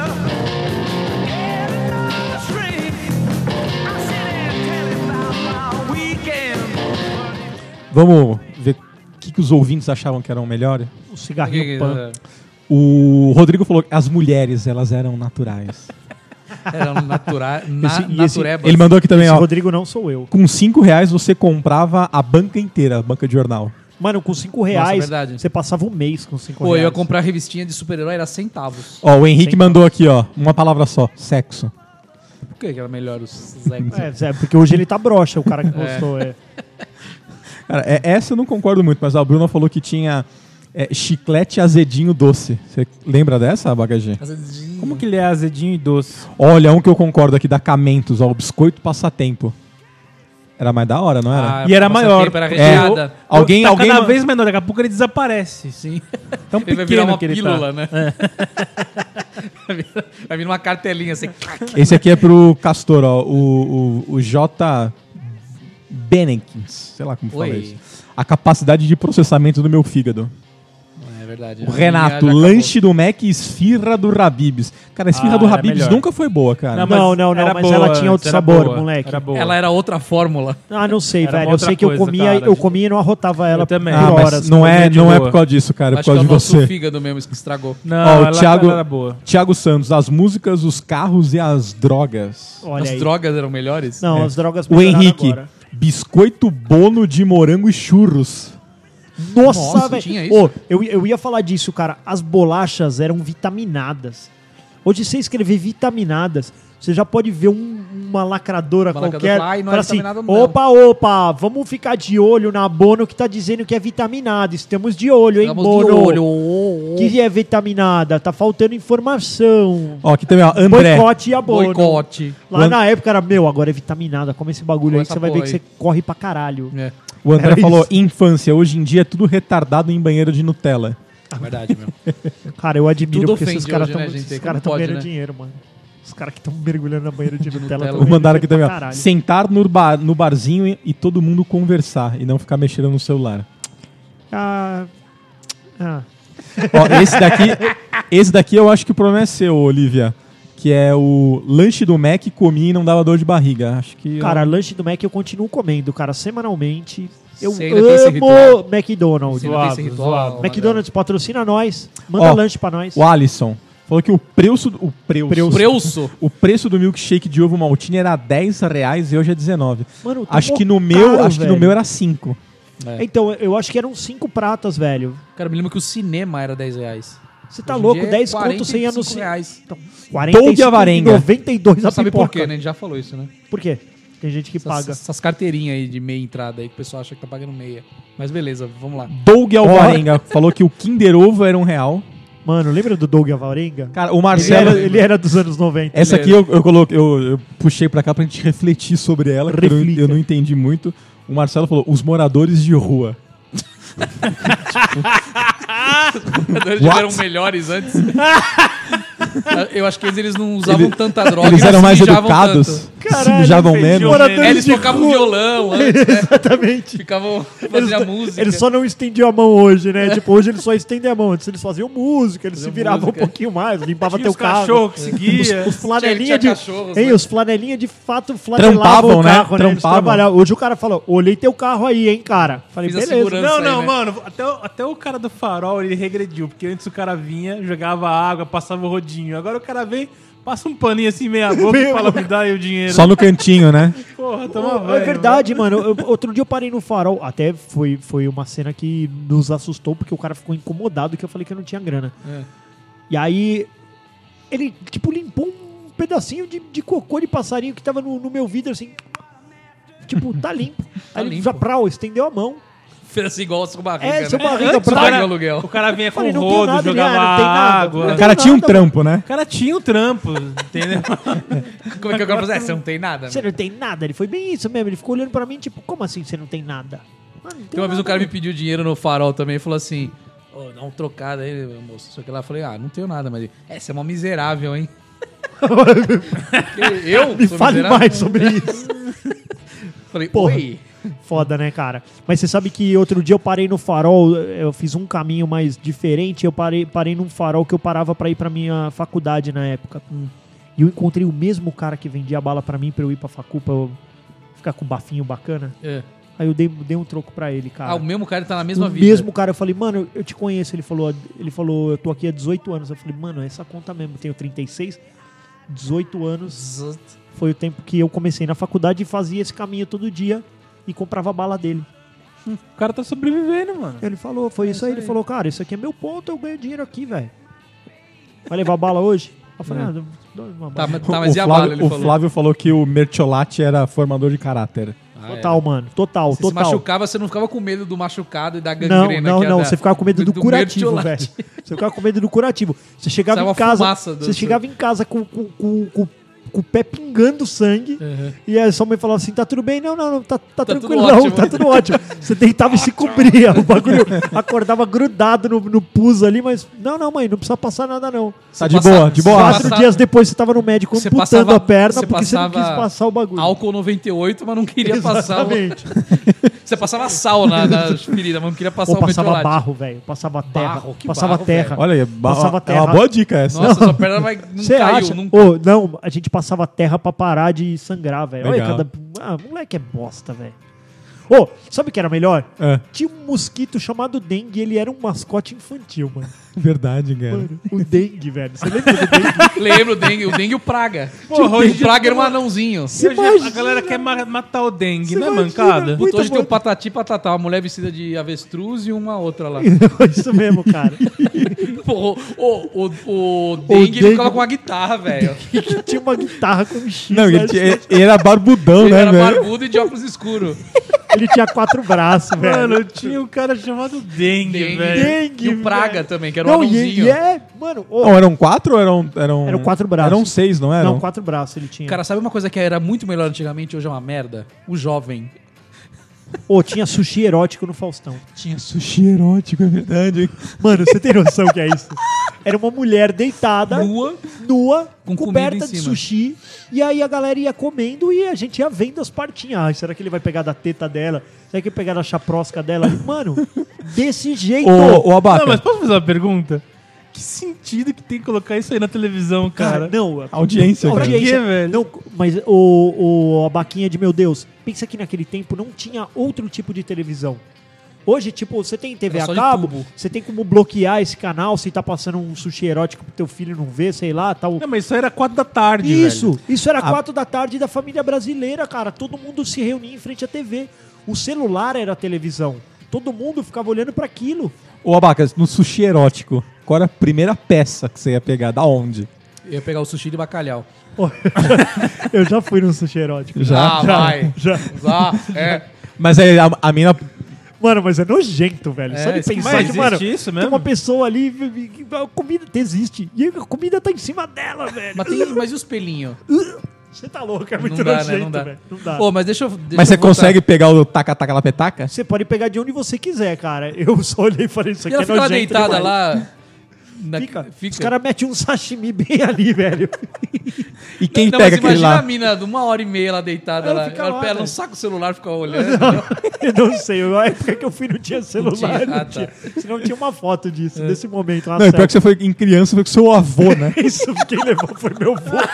S1: Had another string. I said, "Hey, tell him about my weekend."
S2: Vamos ver o que, que os ouvintes achavam que eram melhores?
S3: O
S5: O que
S3: cigarrinho
S5: que-
S3: pan.
S2: O Rodrigo falou que as mulheres, elas eram naturais.
S5: é, Era um natura, é na,
S3: Esse- e esse-
S5: naturebas.
S2: Ele mandou aqui também,
S3: Esse
S2: ó.
S3: Rodrigo não sou eu.
S2: Com 5 reais você comprava a banca inteira, a banca de jornal.
S3: Mano, com 5 reais,
S5: verdade.
S3: você passava um mês com 5
S5: Pô,
S3: reais.
S5: eu ia comprar revistinha de super-herói, era centavos.
S2: Ó, o Henrique
S3: Sem
S2: mandou aqui, ó, uma palavra só, sexo.
S5: Por que que era melhor os Zex?
S3: É, Zé, porque hoje ele tá broxa, o cara que postou. é.
S2: Cara, é- essa eu não concordo muito, mas a Bruna falou que tinha é, chiclete azedinho doce. Você lembra dessa, bagagem?
S4: Como que ele é azedinho e doce?
S2: Olha, um que eu concordo aqui da Camentos, ó, o biscoito passatempo. Era mais da hora, não era?
S5: Ah,
S4: E era
S5: nossa,
S4: maior.
S5: tempo era
S4: É.
S5: recheada.
S2: Alguém-
S4: tá
S2: alguém
S4: cada
S2: ma-
S4: vez menor, daqui a pouco ele desaparece. assim.
S5: Sim.
S4: <laughs> Tão
S5: Ele vai
S4: é pequeno
S5: virar uma
S4: que ele tá.
S5: pílula, né? <laughs> Vai vir- vai vir uma cartelinha assim.
S2: Esse aqui é pro Castor, ó, o, o, o J. Benekins, sei lá como fala
S5: Oi.
S2: isso. A capacidade de processamento do meu fígado.
S5: É verdade.
S2: O
S5: A minha
S2: Renato,
S5: já acabou.
S2: lanche do Mac e esfirra do Rabibs. Cara, a esfirra
S4: Ah,
S2: do
S4: era
S2: Rabibs
S4: melhor.
S2: nunca foi boa, cara.
S3: Não, mas
S4: era
S3: mas ela tinha outro
S4: antes, era
S3: sabor, moleque.
S4: Era boa.
S5: Ela era outra fórmula.
S3: Ah, não sei,
S4: Era
S3: velho.
S4: uma
S3: Eu
S4: outra
S3: sei que eu
S4: coisa,
S3: comia,
S4: cara.
S3: eu comia e não arrotava ela
S4: Eu também.
S3: por
S2: Ah,
S3: horas.
S2: mas não
S4: comia
S2: é,
S4: de
S2: não é
S4: boa.
S2: por causa disso, cara, é por
S5: Acho que é
S2: causa
S5: o
S2: de
S5: nosso
S2: você.
S5: fígado mesmo que estragou.
S4: Não,
S2: Ó, o
S4: ela,
S2: Thiago-
S4: ela era boa.
S2: Thiago Santos, as músicas, os carros e as drogas.
S3: Olha
S5: As
S3: aí.
S5: drogas eram melhores?
S3: Não, as drogas
S2: é. O
S3: melhoraram
S2: Henrique,
S3: agora.
S2: biscoito bono de morango e churros.
S3: Nossa,
S5: Nossa,
S3: velho.
S5: tinha isso?
S3: Ô, eu, eu ia falar disso, cara. As bolachas eram vitaminadas. Hoje você escrever vitaminadas, você já pode ver um- uma lacradora
S5: Uma lacradora
S3: qualquer.
S5: fala, "Ai, não
S3: fala
S5: é
S3: assim,
S5: vitaminado, não."
S3: opa, opa, vamos ficar de olho na Bono que tá dizendo que é vitaminada. Estamos de olho, hein,
S5: Estávamos
S3: Bono?
S5: de olho. Oh, oh.
S3: Que é vitaminada, tá faltando informação.
S2: Ó, aqui também, ó, André.
S3: Boicote e a Bono.
S5: Boicote.
S3: Lá
S2: Lan-
S3: na época era, meu, agora é vitaminada, come esse bagulho
S5: Com
S3: aí que
S5: essa
S3: você vai ver
S5: porra
S3: que
S5: aí.
S3: você corre pra caralho.
S5: É,
S2: O André
S3: Era
S2: falou,
S3: isso.
S2: infância, hoje em dia é tudo retardado em banheiro de Nutella.
S5: é verdade mesmo.
S3: Cara, eu admiro
S5: Tudo
S3: porque esses
S5: ofende
S3: caras
S5: hoje,
S3: estão
S5: né, gente? Como
S3: cara
S5: pode,
S3: ganhando
S5: né?
S3: dinheiro, mano. Os caras que estão mergulhando na banheira de Nutella.
S5: Nutella. é
S3: tão
S5: Eu
S2: Mandaram
S3: <laughs> ganhando
S2: aqui
S3: dinheiro
S2: também,
S3: pra
S2: ó.
S3: caralho.
S2: Sentar no, bar, no barzinho e, e todo mundo conversar e não ficar mexendo no celular.
S3: Ah, ah,
S2: Ó, esse daqui, esse daqui eu acho que o problema é seu, Olivia. Que é o lanche do Mac, comi e não dava dor de barriga. Acho que. é
S3: cara, lanche do Mac eu continuo comendo, cara, semanalmente. Eu
S5: Você ainda tem esse
S3: amo
S5: ritual?
S3: McDonald's.
S5: Você não tem esse ritual. né?
S3: McDonald's patrocina nós, manda
S2: Ó,
S3: lanche pra nós.
S2: O Alisson falou que o preço. do- O preço.
S5: O Preusso.
S2: O preço do milkshake de ovo maltine era 10 reais e hoje é 19.
S3: Mano, tá
S2: acho
S3: mó
S2: que no meu,
S3: caro,
S2: acho que no
S3: velho.
S2: meu era 5.
S5: é
S3: Então, eu acho que eram cinco pratas, velho.
S5: Cara, eu me lembro que o cinema era 10 reais.
S3: Você tá
S5: Hoje em
S3: louco?
S5: dia é
S3: 10 conto, 100
S5: 45
S3: anos...
S5: reais.
S3: Então, 45,
S2: Avarenga.
S3: 92 a
S5: Não sabe
S3: pipoca.
S5: por quê, né? A gente já falou isso, né?
S3: Por quê? Tem gente que
S5: Essas,
S3: paga.
S5: essas carteirinhas aí de meia entrada aí que o pessoal acha que tá pagando meia. Mas beleza,
S2: <laughs>
S5: vamos lá.
S2: Doug Alvarenga falou que o Kinder Ovo era um real.
S3: Mano, lembra do Doug Avarenga?
S2: Cara, o
S3: Ele
S2: Marcelo.
S3: era, ele é- era dos anos 90.
S2: Essa aqui eu, eu, coloquei, eu, eu puxei pra cá pra gente <laughs> refletir sobre ela, que eu, não-
S3: Reflita.
S2: eu não entendi muito. O Marcelo falou, os moradores de rua.
S5: Eles
S2: What?
S5: eram melhores antes.
S2: <laughs>
S5: eu acho que eles, eles não usavam tanta droga.
S2: Eles
S5: e não
S2: eram
S5: se
S2: mais
S5: mijavam
S2: educados,
S5: tanto.
S2: se mijavam menos.
S5: É, eles tocavam violão antes,
S3: <laughs>
S5: né?
S3: Exatamente.
S5: Ficavam fazendo
S3: Eles,
S5: a música.
S3: eles só não estendiam a mão hoje, né? Tipo, hoje eles só estendem a mão. Antes eles faziam música, eles se viravam um
S5: música.
S3: pouquinho mais, limpavam
S4: Tinha
S3: teu
S4: os
S3: carro.
S4: cachorros que <laughs> seguia.
S3: Os flanelinha
S5: né? Tinha- tinha
S3: de.
S5: cachorros,
S3: hein,
S5: né?
S3: Os flanelinha de fato flanelavam
S2: Trampavam,
S3: o
S2: né?
S3: carro, né? Eles
S2: Trampavam.
S3: trabalhavam. Hoje o cara falou: olhei teu carro aí, hein, cara. Falei,
S5: Fiz a
S3: beleza.
S5: segurança.
S4: Não,
S5: aí,
S4: não,
S5: né?
S4: mano. Até, o- até o cara do farol, ele regrediu. Porque antes o cara vinha, jogava água, passava o rodinho. Agora o cara vem, passa um paninho assim, meia boca e fala, me dá aí o dinheiro.
S2: Só no cantinho, né?
S4: Porra, toma
S3: É verdade, mano. Eu- outro dia eu parei no farol. Até foi, foi uma cena que nos assustou, porque o cara ficou incomodado que eu falei que eu não tinha grana.
S5: É.
S3: E aí, ele, tipo, limpou um pedacinho de, de cocô de passarinho que tava no, no meu vidro, assim. Tipo,
S5: <laughs>
S3: tá limpo. aí ele
S5: limpo.
S3: já prau, estendeu a mão.
S5: Fez assim, igual o seu barriga.
S3: É,
S5: né?
S3: seu barriga,
S5: Antes
S3: pra-
S5: do
S3: Cara-
S5: aluguel.
S4: O cara vinha com
S3: Falei, não tem
S4: rodo,
S3: nada,
S4: jogava
S3: né? Não tem nada.
S4: água.
S3: Não
S2: O
S3: tem
S2: cara tinha um
S3: nada,
S2: trampo, né?
S4: O cara tinha o trampo, entendeu?
S5: Como é que o cara fala? É, você não tem nada.
S3: Você não tem nada. Ele foi bem isso mesmo. Ele ficou olhando pra mim, tipo, como assim você não tem nada? Mano, não
S5: Tem uma vez um
S3: nada,
S5: cara me
S3: mano.
S5: pediu dinheiro no farol também e falou assim: Ô, dá um trocado aí, moço. Só que lá eu falei: Ah, não tenho nada, mas ele, é, você é uma miserável,
S3: <laughs>
S5: hein? eu?
S3: Me
S5: sou
S3: fale
S5: miserável?
S3: mais sobre isso.
S5: Falei:
S3: Porra.
S5: Oi.
S3: Foda, né, cara? Mas você sabe que outro dia eu parei no farol, eu fiz um caminho mais diferente, eu parei, parei num farol que eu parava pra ir pra minha faculdade na época. E eu encontrei o mesmo cara que vendia bala pra mim pra eu ir pra facu, pra eu ficar com um bafinho bacana.
S5: É.
S3: Aí eu dei, dei um troco pra ele, cara.
S5: Ah, o mesmo cara tá na
S3: O
S5: mesma vida.
S3: mesmo cara, eu falei, mano, eu- eu te conheço. Ele falou, ele falou, eu tô aqui há 18 anos. Eu falei, mano, é essa conta mesmo, eu tenho 36, 18 anos. Foi o tempo que eu comecei na faculdade e fazia esse caminho todo dia e comprava bala dele.
S4: O cara tá sobrevivendo, mano.
S3: Ele falou, foi É isso aí. Ele falou, cara, isso aqui é meu ponto, eu ganho dinheiro aqui, velho. Vai levar bala hoje? Eu falei, ah, dou uma
S5: Tá,
S3: bala.
S5: mas, tá, mas
S2: o
S5: e a
S2: Flávio,
S5: bala? Ele
S2: o
S5: falou.
S2: Flávio falou que o Mertiolate era formador de caráter.
S5: Ah, é.
S3: Total, mano, total,
S5: Você se
S3: total.
S5: machucava, você não ficava com medo do machucado e da
S3: Não,
S5: gangrena.
S3: não,
S5: que é
S3: não.
S5: da-
S3: Você ficava com medo do, curativo,
S5: mertiolate.
S3: velho. Você ficava com medo do curativo. Você chegava
S5: Saiu
S3: em
S5: uma
S3: casa.
S5: fumaça do-
S3: Você chegava em casa com, com, com, com- com o pé pingando sangue. E aí sua mãe falava assim: tá tudo bem? Não, não, não, tá, tá,
S5: tudo
S3: tranquilo, não,
S5: ótimo.
S3: tá tudo ótimo. Você deitava
S5: <laughs>
S3: e se cobria. O bagulho <laughs> acordava grudado no, no pus ali, mas. Não, não, mãe, não precisa passar nada, não.
S2: Tá de
S5: passa-
S2: boa, de
S5: você
S2: boa.
S3: Quatro
S2: Nossa,
S5: passa-
S3: dias depois você tava no médico
S5: Você
S3: amputando
S5: passava-
S3: a perna
S5: você
S3: porque você não quis
S5: passava
S3: passar o bagulho. <laughs>
S5: Álcool 98, mas não queria passar o-
S3: Exatamente.
S5: Você passava sal na,
S3: <laughs>
S5: na ferida, mas não queria passar
S3: Ou
S5: o
S3: passava
S5: petrolate.
S3: barro, velho. Passava terra.
S5: Barro? Que
S3: passava
S5: barro,
S3: terra.
S5: velho?
S2: Olha aí, é ba-
S3: Tá. Passava
S2: é
S3: terra.
S2: uma boa dica essa.
S5: Nossa, sua perna vai, não
S3: Você
S5: caiu.
S3: acha?
S5: Não...
S3: Ô, não, a gente passava terra pra parar de sangrar, velho. Olha
S2: Legal.
S3: cada. Ah, moleque é bosta, velho. Ô, sabe o que era melhor?
S2: É,
S3: Tinha um mosquito chamado Dengue e ele era um mascote infantil, mano.
S2: é verdade, cara.
S3: O Dengue, velho. Você lembra do Dengue?
S5: Lembra o dengue, o dengue e o
S3: <laughs>
S5: praga.
S4: Porra,
S5: o
S4: hoje em dia
S5: praga era um anãozinho.
S4: E hoje
S3: imagina?
S4: a galera quer ma- matar o dengue,
S3: Você
S4: né,
S3: imagina?
S4: mancada?
S3: Muito
S5: hoje tem o
S3: bom.
S5: patati e patatá, uma mulher vestida de avestruz e uma outra
S3: <laughs>
S5: lá.
S3: Isso
S5: <laughs>
S3: mesmo, cara.
S5: Porra, o, o, o dengue ele
S3: dengue-
S5: ficava com uma guitarra,
S3: <laughs>
S5: velho.
S3: Que tinha uma guitarra com um X.
S2: Não, ele,
S3: velho.
S2: tinha- ele era barbudão,
S5: <laughs> Ele
S3: é
S2: né,
S5: era
S2: velho?
S5: barbudo e de óculos
S3: <laughs>
S5: escuros.
S3: Ele tinha quatro braços, velho.
S4: Mano, tinha um cara chamado Dengue,
S5: Dengue.
S4: velho.
S3: Dengue.
S5: E o praga
S3: velho.
S5: também, que era um
S3: Não, e,
S5: anãozinho.
S3: e é. Mano, ô,
S2: Não, eram quatro ou eram. Eram,
S3: Eram quatro braços.
S2: É. Eram seis, não eram?
S3: não, quatro braços ele tinha.
S5: Cara, sabe uma coisa que era muito melhor antigamente e hoje é uma merda? O jovem.
S3: Ô, tinha sushi erótico no Faustão.
S2: Tinha sushi erótico, é verdade.
S3: Mano, você tem noção que é isso? Era uma mulher deitada,
S5: Nua.
S3: nua,
S5: Com comida
S3: coberta
S5: em
S3: de
S5: cima.
S3: sushi. E aí a galera ia comendo e a gente ia vendo as partinhas. Ai, será que ele vai pegar da teta dela? Será que ele vai pegar da chaprosca dela? Mano, desse jeito.
S2: Ô, ô, Abata,
S4: Não, mas posso fazer uma pergunta? Que sentido que tem colocar isso aí na televisão, cara?
S3: cara, não. a
S2: audiência, cara.
S4: Pra
S3: Audiência,
S4: quê, velho?
S3: não, mas o, o, a baquinha de meu Deus, pensa que naquele tempo não tinha outro tipo de televisão. Hoje, tipo, você tem TV
S5: Era só
S3: a
S5: de
S3: cabo,
S5: tubo.
S3: você tem como bloquear esse canal se tá passando um sushi erótico pro teu filho não ver, sei lá, tal.
S4: Não, mas isso aí era quatro da tarde,
S3: Isso, isso era
S2: A-
S3: quatro da tarde da família brasileira, cara. Todo mundo se reunia em frente à TV. O celular era a televisão. Todo mundo ficava olhando pra aquilo.
S2: Ô, Abacas, no sushi erótico, qual era a primeira peça que você ia pegar? Da onde?
S5: Eu ia pegar o sushi de bacalhau.
S3: <laughs> Eu já fui num sushi erótico.
S5: ah, vai.
S3: Tá, já.
S5: Ah, é.
S2: Mas aí a, a mina.
S3: Mano, mas é nojento, velho.
S5: É,
S3: Só de
S5: isso que
S3: pensar
S4: Mas
S5: Mas,
S4: existe
S3: que, mano,
S4: isso
S3: tem
S4: mesmo?
S3: uma pessoa ali, vi- vi- a comida existe. E a comida tá em
S5: <laughs>
S3: cima dela, velho.
S5: Mas, tem, mas e os pelinhos?
S3: Você tá louco, é <laughs> muito
S5: não dá, né?
S3: nojento,
S5: Não dá.
S3: velho. Não dá.
S5: Ô, mas deixa eu. deixa
S2: Mas você
S5: eu voltar.
S2: consegue pegar o taca-taca lá petaca?
S3: Você pode pegar de onde você quiser, cara. <laughs> Eu só olhei e falei, isso
S5: E
S3: aqui
S5: ela
S3: é
S5: fica lá
S3: nojento
S5: deitada
S3: demais.
S5: lá. na-
S3: Fica. Os caras metem um sashimi bem ali, <laughs> velho.
S2: E quem
S5: não,
S2: pega
S5: mas
S2: aquele
S5: imagina
S2: lá?
S5: a mina de uma hora e meia lá deitada.
S3: Ela
S5: Ela,
S3: fica
S5: ela,
S3: lá,
S5: ela,
S3: velho.
S5: não saca o celular,
S3: <laughs>
S5: fica olhando.
S3: Eu não sei, na época que eu fui não tinha celular.
S5: tinha, ah, É.
S3: não tinha. Senão tinha uma foto disso, desse momento. uma
S2: Não, e pior
S3: selfie.
S2: que você foi em criança, foi com seu avô,
S3: <laughs>
S2: né?
S3: Isso, quem levou foi meu vô.
S4: velho?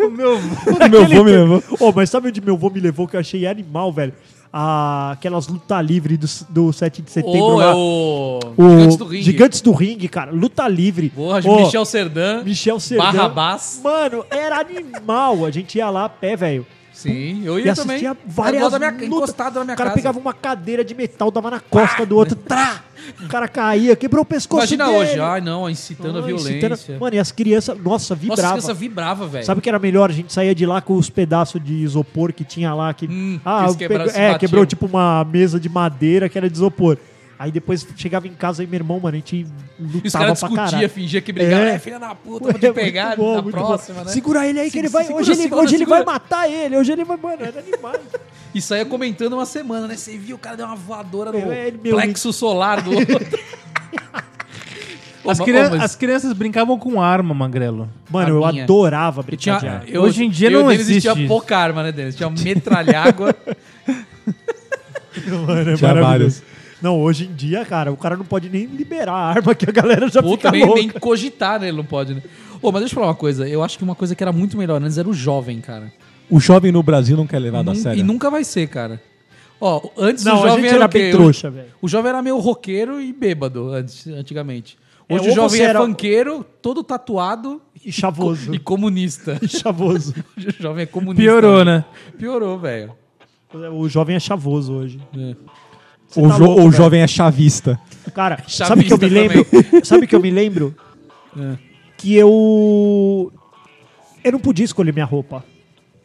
S4: O meu
S2: <laughs>
S4: vô.
S2: meu
S3: Aquele
S2: avô me
S3: tempo-
S2: levou.
S3: Ô, mas sabe onde meu avô me levou que eu achei animal, velho? Ah, aquelas luta livre do, do 7 de setembro
S5: Ou é
S3: lá.
S5: o.
S3: O
S5: Gigantes do Ring.
S3: Gigantes do Ringue, cara. Luta livre.
S5: Porra,
S3: Ô,
S5: Michel Serdan.
S3: Michel Serdan.
S5: Barrabás.
S3: Mano, era animal. A gente ia lá a pé, velho.
S5: Sim, eu
S3: E
S5: ia também.
S3: assistia várias
S5: da minha,
S3: lutas.
S5: encostado na minha
S3: O cara
S5: casa.
S3: pegava uma cadeira de metal, dava na costa do outro. Trá! O cara caía, quebrou o pescoço
S5: Imagina
S3: dele.
S5: hoje. Ai, não, incitando a
S3: Ai,
S5: violência.
S3: citando- Mano, e as crianças, nossa,
S5: Nossa,
S3: vibrava.
S5: essa criança vibrava, velho.
S3: Sabe o que era melhor? A gente saía de lá com os pedaços de isopor que tinha lá. Que,
S5: Hum,
S3: ah,
S5: eles quebraram,
S3: pegou-
S5: se
S3: é,
S5: batiam.
S3: quebrou tipo uma mesa de madeira que era de isopor. Aí depois chegava em casa e meu irmão, mano, a gente
S5: E os
S3: lutava
S5: caras
S3: pra
S5: discutiam,
S3: caralho.
S5: fingia que brigavam.
S3: É.
S5: É, filha da puta, vou te
S3: <laughs> É,
S5: pegar
S3: muito bom,
S5: na
S3: muito
S5: próxima,
S3: bom.
S5: né?
S3: Segura ele aí que
S5: Se-
S3: ele vai.
S5: segura,
S3: hoje ele,
S5: segura,
S3: hoje ele vai
S5: segura.
S3: matar ele, hoje ele vai. Mano, era
S4: <laughs>
S3: animal.
S5: E saía comentando uma semana, né? Você viu o cara deu uma voadora
S3: Meu,
S5: no
S3: é, ele me
S5: plexo solar do outro. Ô,
S4: As,
S5: ma-
S4: crian-
S5: ô, mas
S4: as crianças brincavam com arma, magrelo.
S3: Mano, eu
S5: A minha.
S3: adorava
S5: eu
S3: brincar de
S5: tinha,
S3: arma.
S5: eu-
S4: Hoje em dia
S5: eu e o
S4: não
S5: Denis,
S4: existe
S5: tinha
S4: isso.
S5: pouca arma, né, Denis? Tinha
S3: <laughs>
S5: metralhágua.
S3: Mano, é
S2: Tinha
S3: maravilhoso.
S2: vários.
S3: Não, hoje em dia, cara, o cara não pode nem liberar a arma que a galera já
S5: Ou
S3: fica
S5: também
S3: louca.
S5: nem cogitar, né? Ele não pode, né? Ô, mas deixa eu falar uma coisa. Eu acho que uma coisa que era muito melhor antes era o jovem, cara.
S2: O jovem no Brasil não quer levar da
S5: Nun-
S2: sério.
S5: E nunca vai ser, cara. Ó, antes
S3: Não,
S5: o
S3: a
S5: jovem
S3: gente
S5: era,
S3: era
S5: o quê?
S3: bem trouxa, velho.
S5: O jovem era meio roqueiro e bêbado antes, antigamente.
S3: É,
S5: Hoje
S3: ou
S5: o jovem
S3: você
S5: é
S3: era-
S5: funkeiro, todo tatuado <laughs>
S3: E chavoso.
S5: e comunista.
S3: <laughs> E chavoso.
S5: Hoje o jovem é comunista.
S4: Piorou, né?
S5: Piorou, velho.
S3: O jovem é chavoso hoje.
S2: Ou
S3: tá
S2: jo-
S3: louco,
S2: ou o
S3: velho.
S2: jovem é chavista. <laughs>
S3: Cara, sabe que eu me lembro?
S5: também. É.
S3: Sabe que eu
S5: <laughs>
S3: me lembro? Que eu. Eu não podia escolher minha roupa.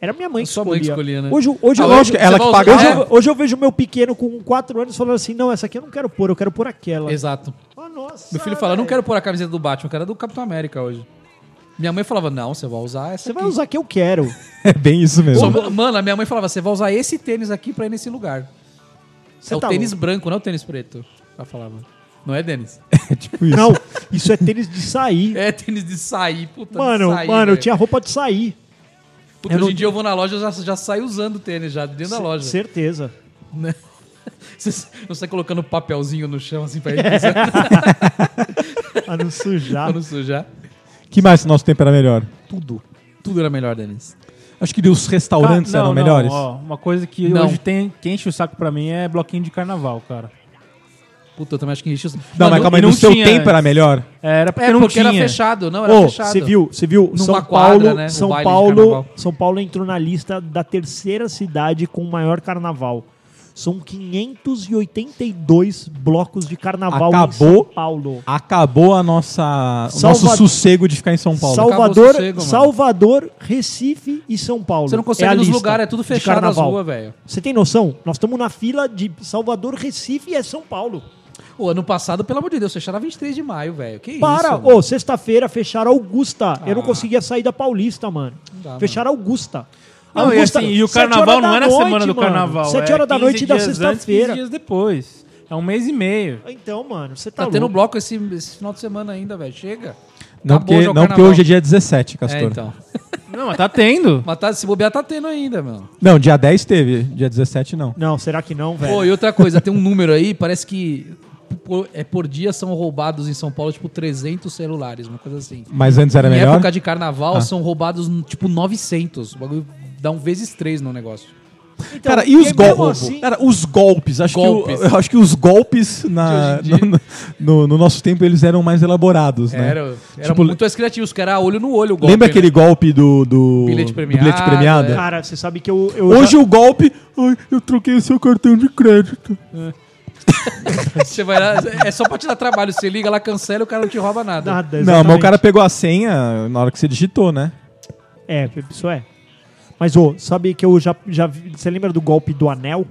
S3: Era minha mãe que
S5: Sua
S3: escolhia.
S5: mãe que escolhia, né?
S3: Hoje, eu- hoje,
S2: Ah,
S3: eu-
S2: lógico,
S3: hoje,
S2: ela que
S5: vai
S2: paga.
S5: usar-
S3: hoje
S5: Ah,
S3: eu, hoje eu vejo meu pequeno com 4 anos falando assim: não, essa aqui eu não quero pôr, eu quero pôr aquela.
S5: Exato.
S3: Ah, nossa,
S5: Meu filho fala, eu não
S3: velho.
S5: quero pôr a camiseta do Batman, eu quero a do Capitão América hoje. Minha mãe falava, não, você vai usar essa
S3: Você vai
S5: aqui."
S3: usar que eu quero. <laughs>
S2: É bem isso mesmo.
S5: Sua ma- mano, a minha mãe falava, você vai usar esse tênis aqui pra ir nesse lugar.
S3: Você
S5: é
S3: tá
S5: o tênis
S3: louco.
S5: branco, não é o tênis preto. Ela falava. Não é, Denis?
S2: É tipo isso.
S3: Não, isso é tênis de sair.
S5: <laughs> É tênis tá de sair, puta
S3: mano,
S5: de sair,
S3: mano, eu
S5: velho.
S3: tinha roupa de sair.
S5: Porque
S2: Eu
S5: hoje
S2: não-
S5: em dia eu vou na loja e já, já saio usando tênis já, dentro da loja.
S3: Certeza.
S5: né? Você não sai colocando papelzinho no chão assim pra ele pisar,
S3: A não
S5: <laughs> pra
S3: sujar.
S5: não sujar.
S2: que mais nosso tempo era melhor?
S5: Tudo. Tudo era melhor, Denis.
S2: Acho que os restaurantes
S4: Ca-
S2: eram
S4: não, não,
S2: melhores.
S4: ó, uma coisa que
S5: Não.
S4: hoje tem, que enche o saco pra mim é bloquinho de carnaval, cara.
S5: Puta, eu também acho que enchi os...
S2: não, mas calma aí,
S4: não
S2: no seu
S4: tinha
S2: tempo era
S4: antes.
S2: melhor?
S4: Era porque
S5: É,
S4: não
S5: porque
S4: tinha.
S5: era fechado. Não, era
S3: Ô,
S5: fechado.
S3: você viu, você viu,
S5: Numa
S3: São
S5: quadra,
S3: Paulo,
S5: né? Um
S3: São
S5: baile de
S3: Paulo,
S5: carnaval.
S3: São Paulo entrou na lista da terceira cidade com o maior carnaval. São 582 blocos de carnaval em São
S2: Acabou.
S3: Paulo.
S2: Acabou a nossa, o
S3: Salva-
S2: nosso sossego de ficar em São Paulo.
S5: Sal-
S3: Salvador,
S5: sossego, mano.
S3: Salvador, Recife e São Paulo.
S5: Você não
S3: É
S5: consegue
S3: a
S5: nos
S3: lista
S5: lugares, é tudo
S3: de
S5: fechado as
S3: carnaval.
S5: ruas, velho.
S3: Você tem noção? Nós estamos na fila de Salvador, Recife e é São Paulo.
S5: O ano passado, pelo amor de Deus, fecharam a 23 de maio, velho. Que isso?
S3: Para!
S5: mano?
S3: Ô, sexta-feira fecharam Augusta. Eu não conseguia sair da Paulista, mano.
S5: dá,
S3: fecharam Augusta.
S4: Não, e, assim, e o
S3: sete
S4: carnaval
S3: horas
S4: não
S3: da
S4: é na
S3: noite,
S4: semana do
S3: mano.
S4: carnaval.
S3: Sete
S4: é
S3: horas da
S4: 15
S3: noite da
S4: dias antes, 15
S3: sexta-feira.
S4: dias depois. É um mês e meio.
S3: Então, mano, você tá,
S5: Tá tendo
S3: louco.
S5: bloco esse, esse final de semana ainda, velho. Chega.
S2: Não, porque,
S5: Acabou já o
S2: não porque
S5: carnaval.
S2: hoje é dia 17, Castor.
S5: É, então.
S4: Não, mas tá tendo.
S5: Mas tá, se bobear, tá tendo ainda, mano.
S2: Não, dia 10 teve, dia 17 não.
S3: Não, será que não, velho?
S5: Pô, e outra coisa, tem um número aí, parece que por, é, por dia são roubados em São Paulo, tipo, 300 celulares, uma coisa assim.
S2: Mas antes era
S5: em
S2: melhor? Ah.
S5: época de carnaval, são roubados, tipo, 900. O bagulho dá um vezes três no negócio.
S3: Então,
S2: cara, e os
S3: porque mesmo
S2: golpes?
S3: assim-
S2: Cara, os golpes. Acho,
S5: Golpes.
S2: Que o- <laughs> eu acho que os golpes na,
S5: De hoje em dia.
S2: no, no- no nosso tempo eles eram mais elaborados, né?
S5: É, Era, era
S2: Tipo,
S5: muito mais criativo, os caras ah, olho no olho o golpe.
S2: Lembra
S5: né?
S2: aquele golpe do, do,
S5: Bilhete
S2: do
S5: premiado,
S2: bilhete premiado?
S5: é.
S3: Cara, você sabe que eu. eu
S2: Hoje
S3: já-
S2: o golpe. Ai, eu troquei o seu cartão de crédito.
S5: Você vai lá, é só pra te dar trabalho. Você liga lá, cancela e o cara não te rouba nada.
S3: Nada,
S2: Não, mas o
S3: exatamente.
S2: cara pegou a senha na hora que você digitou, né?
S3: É, isso é. Mas, ô, sabe que eu já. já vi- você lembra do golpe do anel?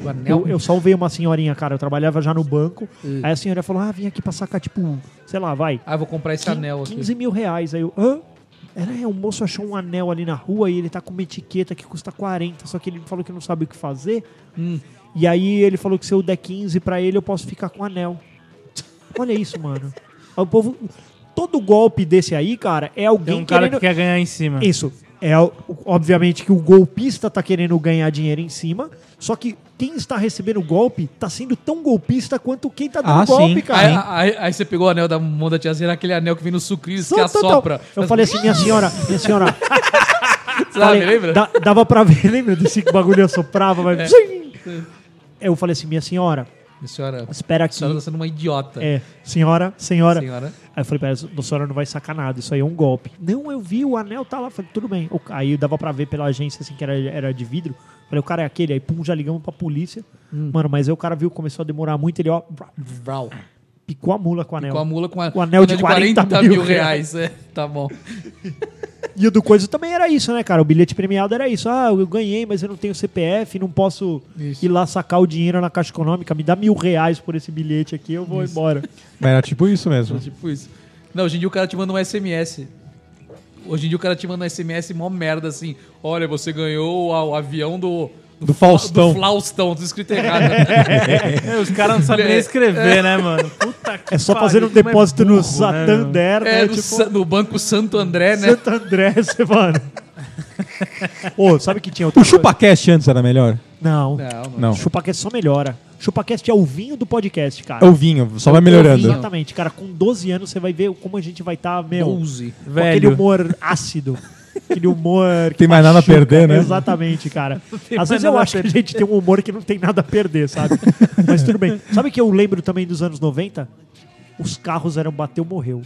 S5: O anel.
S3: Eu, eu salvei uma senhorinha, cara. Eu trabalhava já no banco.
S5: Hum.
S3: Aí a senhora falou: ah, vim aqui pra sacar, tipo, sei lá, vai.
S5: Ah, eu vou comprar esse anel aqui.
S3: 15 mil reais. Aí eu, hã? Era, é, o moço achou um anel ali na rua e ele tá com uma etiqueta que custa 40, só que ele falou que não sabe o que fazer.
S4: Hum.
S3: E aí ele falou que se eu der 15 pra ele, eu posso ficar com o anel. Olha isso, mano. Aí O povo. Todo golpe desse aí, cara, é
S4: Tem
S3: alguém
S4: um cara
S3: querendo.
S4: que quer ganhar em cima.
S3: Isso. É, o- obviamente que o golpista tá querendo ganhar dinheiro em cima, só que quem está recebendo o golpe tá sendo tão golpista quanto quem tá dando
S2: Ah,
S3: golpe,
S2: sim.
S4: É,
S5: Aí,
S3: cara.
S5: aí- aí você pegou o anel da mão da tiazinha, era aquele anel que vem no sucrilhos, que
S3: Só- só-
S5: assopra.
S3: Eu falei assim, minha senhora, minha senhora,
S5: <laughs> Sabe,
S3: Falei,
S5: lembra? É.
S3: da- dava pra ver, lembra desse que o bagulho assoprava? Mas... Zing! Eu falei assim, minha senhora,
S5: Minha Senhora, a
S3: espera aqui.
S5: senhora tá sendo uma idiota.
S3: É, senhora, senhora.
S5: Senhora.
S3: Aí eu falei, pera, a senhora não vai sacar nada, isso aí é um golpe. Não, eu vi, o anel tá lá. Falei, tudo bem. O- Aí dava pra ver pela agência, assim, que era, era de vidro. Falei, o cara é aquele. Aí, pum, já ligamos pra polícia.
S5: Hum.
S3: Mano, mas aí o cara viu, começou a demorar muito, ele, ó,
S5: Vral.
S3: picou a mula com o anel.
S5: Com a mula com a,
S3: O anel de 40 mil
S5: reais. É, tá
S3: <laughs>
S5: bom.
S3: E o do coisa também era isso, né, cara? O bilhete premiado era isso. Ah, eu ganhei, mas eu não tenho CPF, não posso
S5: Isso.
S3: ir lá sacar o dinheiro na Caixa Econômica. Me dá mil reais por esse bilhete aqui, eu vou embora.
S2: Mas era tipo isso mesmo.
S5: Tipo isso. Não, hoje em dia o cara te manda um SMS. Hoje em dia o cara te manda um SMS mó merda assim. Olha, você ganhou a- o avião do.
S2: Do Faustão.
S5: Do Flaustão, tudo escrito
S3: <laughs>
S5: errado. né?
S4: É, os caras não sabem nem escrever, né, mano? Puta que
S3: É
S4: <laughs>
S3: só
S4: pariu,
S3: fazer um
S4: como é
S3: depósito
S4: burro,
S3: no
S4: né, mano?
S3: Santander, né?
S5: É, do,
S3: Tipo,
S5: Sa- do Banco Santo André, né?
S3: Santo André, <laughs>
S4: <laughs>
S3: você, mano. Ô, sabe que tinha outra
S2: O
S3: coisa?
S2: ChupaCast antes era melhor?
S5: Não,
S3: Não.
S5: mano.
S2: Não.
S3: ChupaCast só melhora. ChupaCast é o vinho do podcast,
S2: É
S3: cara.
S2: o vinho, só vai melhorando.
S3: Exatamente, cara. Com 12 anos você vai ver como a gente vai estar, meu...
S5: 12.
S3: Com aquele
S4: Velho.
S3: humor ácido.
S2: <laughs>
S3: Aquele humor. que
S2: Tem mais nada a perder, né?
S3: Exatamente, cara. Às
S4: mais
S3: vezes eu
S4: nada a
S3: acho que a gente tem um humor que não tem nada a perder,
S2: <laughs>
S3: sabe? Mas tudo bem. Sabe que eu lembro também dos anos 90? Os carros eram bateu, morreu.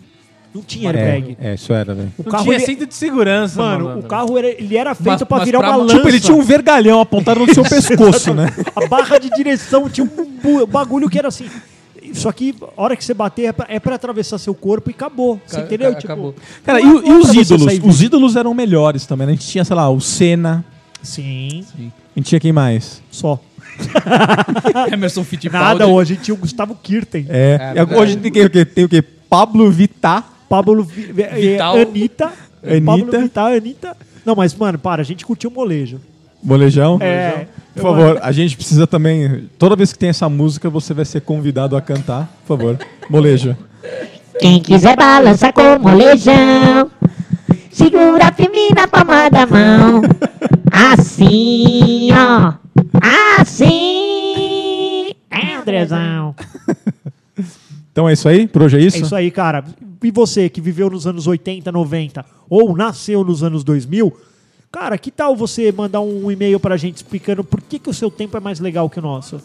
S3: Não tinha airbag.
S2: É, é, isso era, velho.
S3: O
S4: Não
S3: carro.
S4: tinha
S3: ele-
S4: cinto de segurança,
S3: Mano, o
S4: malandro.
S3: carro era, ele era feito
S5: Mas-
S3: pra
S5: mas
S3: virar
S5: pra-
S3: uma lança.
S2: Tipo, ele tinha um vergalhão apontado no
S3: <laughs>
S2: seu pescoço, né?
S3: A barra de direção tinha um bu- bagulho que era assim. Isso aqui, a hora que você bater, é pra, é pra atravessar seu corpo e acabou. Você
S5: Ca-
S3: entendeu?
S5: ca- acabou.
S2: Cara, e,
S3: não é-
S2: o-
S3: não
S2: e
S3: é
S2: os
S3: pra você
S2: ídolos?
S3: sair vivo.
S2: Os ídolos eram melhores também, né? A gente tinha, sei lá, o Senna.
S3: Sim,
S2: A gente tinha quem mais?
S3: só.
S5: Emerson Fittipaldi.
S3: tá- Nada hoje, tinha o Gustavo Kirten,
S2: É.
S5: É,
S2: e agora- hoje tem, o quê? Tem o quê? Pablo Vittar.
S3: Pablo Vi- eh,
S5: Vital.
S3: Anitta,
S2: Anitta.
S3: Pablo Vittar, Anitta. Não, mas, mano, para, a gente curtiu o molejo.
S2: Molejão?
S3: É.
S2: Por favor, a gente precisa também. Toda vez que tem essa música, você vai ser convidado a cantar. Por favor, moleja.
S7: Quem quiser balança com molejão, segura firme na palma da mão. assim, ó. Assim. É, Andrezão.
S2: Então é isso aí? Por hoje é isso?
S3: É isso aí, cara. E você que viveu nos anos 80, 90 ou nasceu nos anos 2000, cara, que tal você mandar um e-mail pra gente explicando por que, que o seu tempo é mais legal que o nosso?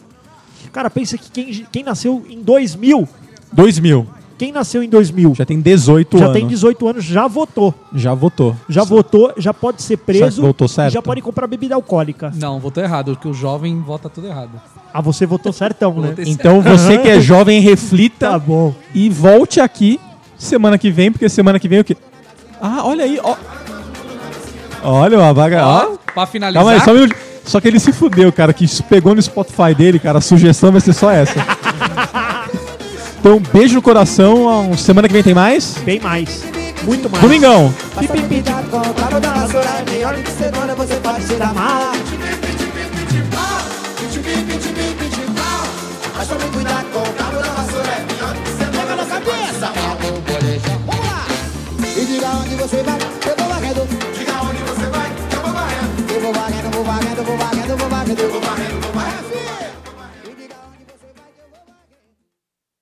S3: Cara, pensa que quem, quem nasceu em 2000,
S2: 2000.
S3: quem nasceu em 2000 já,
S2: Já tem 18 anos.
S3: tem 18 anos, já votou.
S2: Já votou.
S3: Já votou, já pode ser preso,
S2: Já votou certo?
S3: já pode comprar bebida alcoólica.
S5: Não, votou errado, porque o jovem vota tudo errado.
S3: Ah, você votou certão, né?
S5: Votei
S2: Então você que é jovem, reflita
S3: Tá bom.
S2: e volte aqui semana que vem, porque semana que vem o quê? Ah, olha aí, ó. Olha uma vaga, ó.
S3: Tá?
S5: Ó, pra finalizar.
S2: Calma aí, só um minuto. Só que ele se fudeu, cara, que isso pegou no Spotify dele, cara. A sugestão vai ser só essa. então, beijo no coração. ah, um- Semana que vem tem mais.
S3: Bem mais. Muito mais.
S2: Domingão.
S8: É Mas tome cuidado É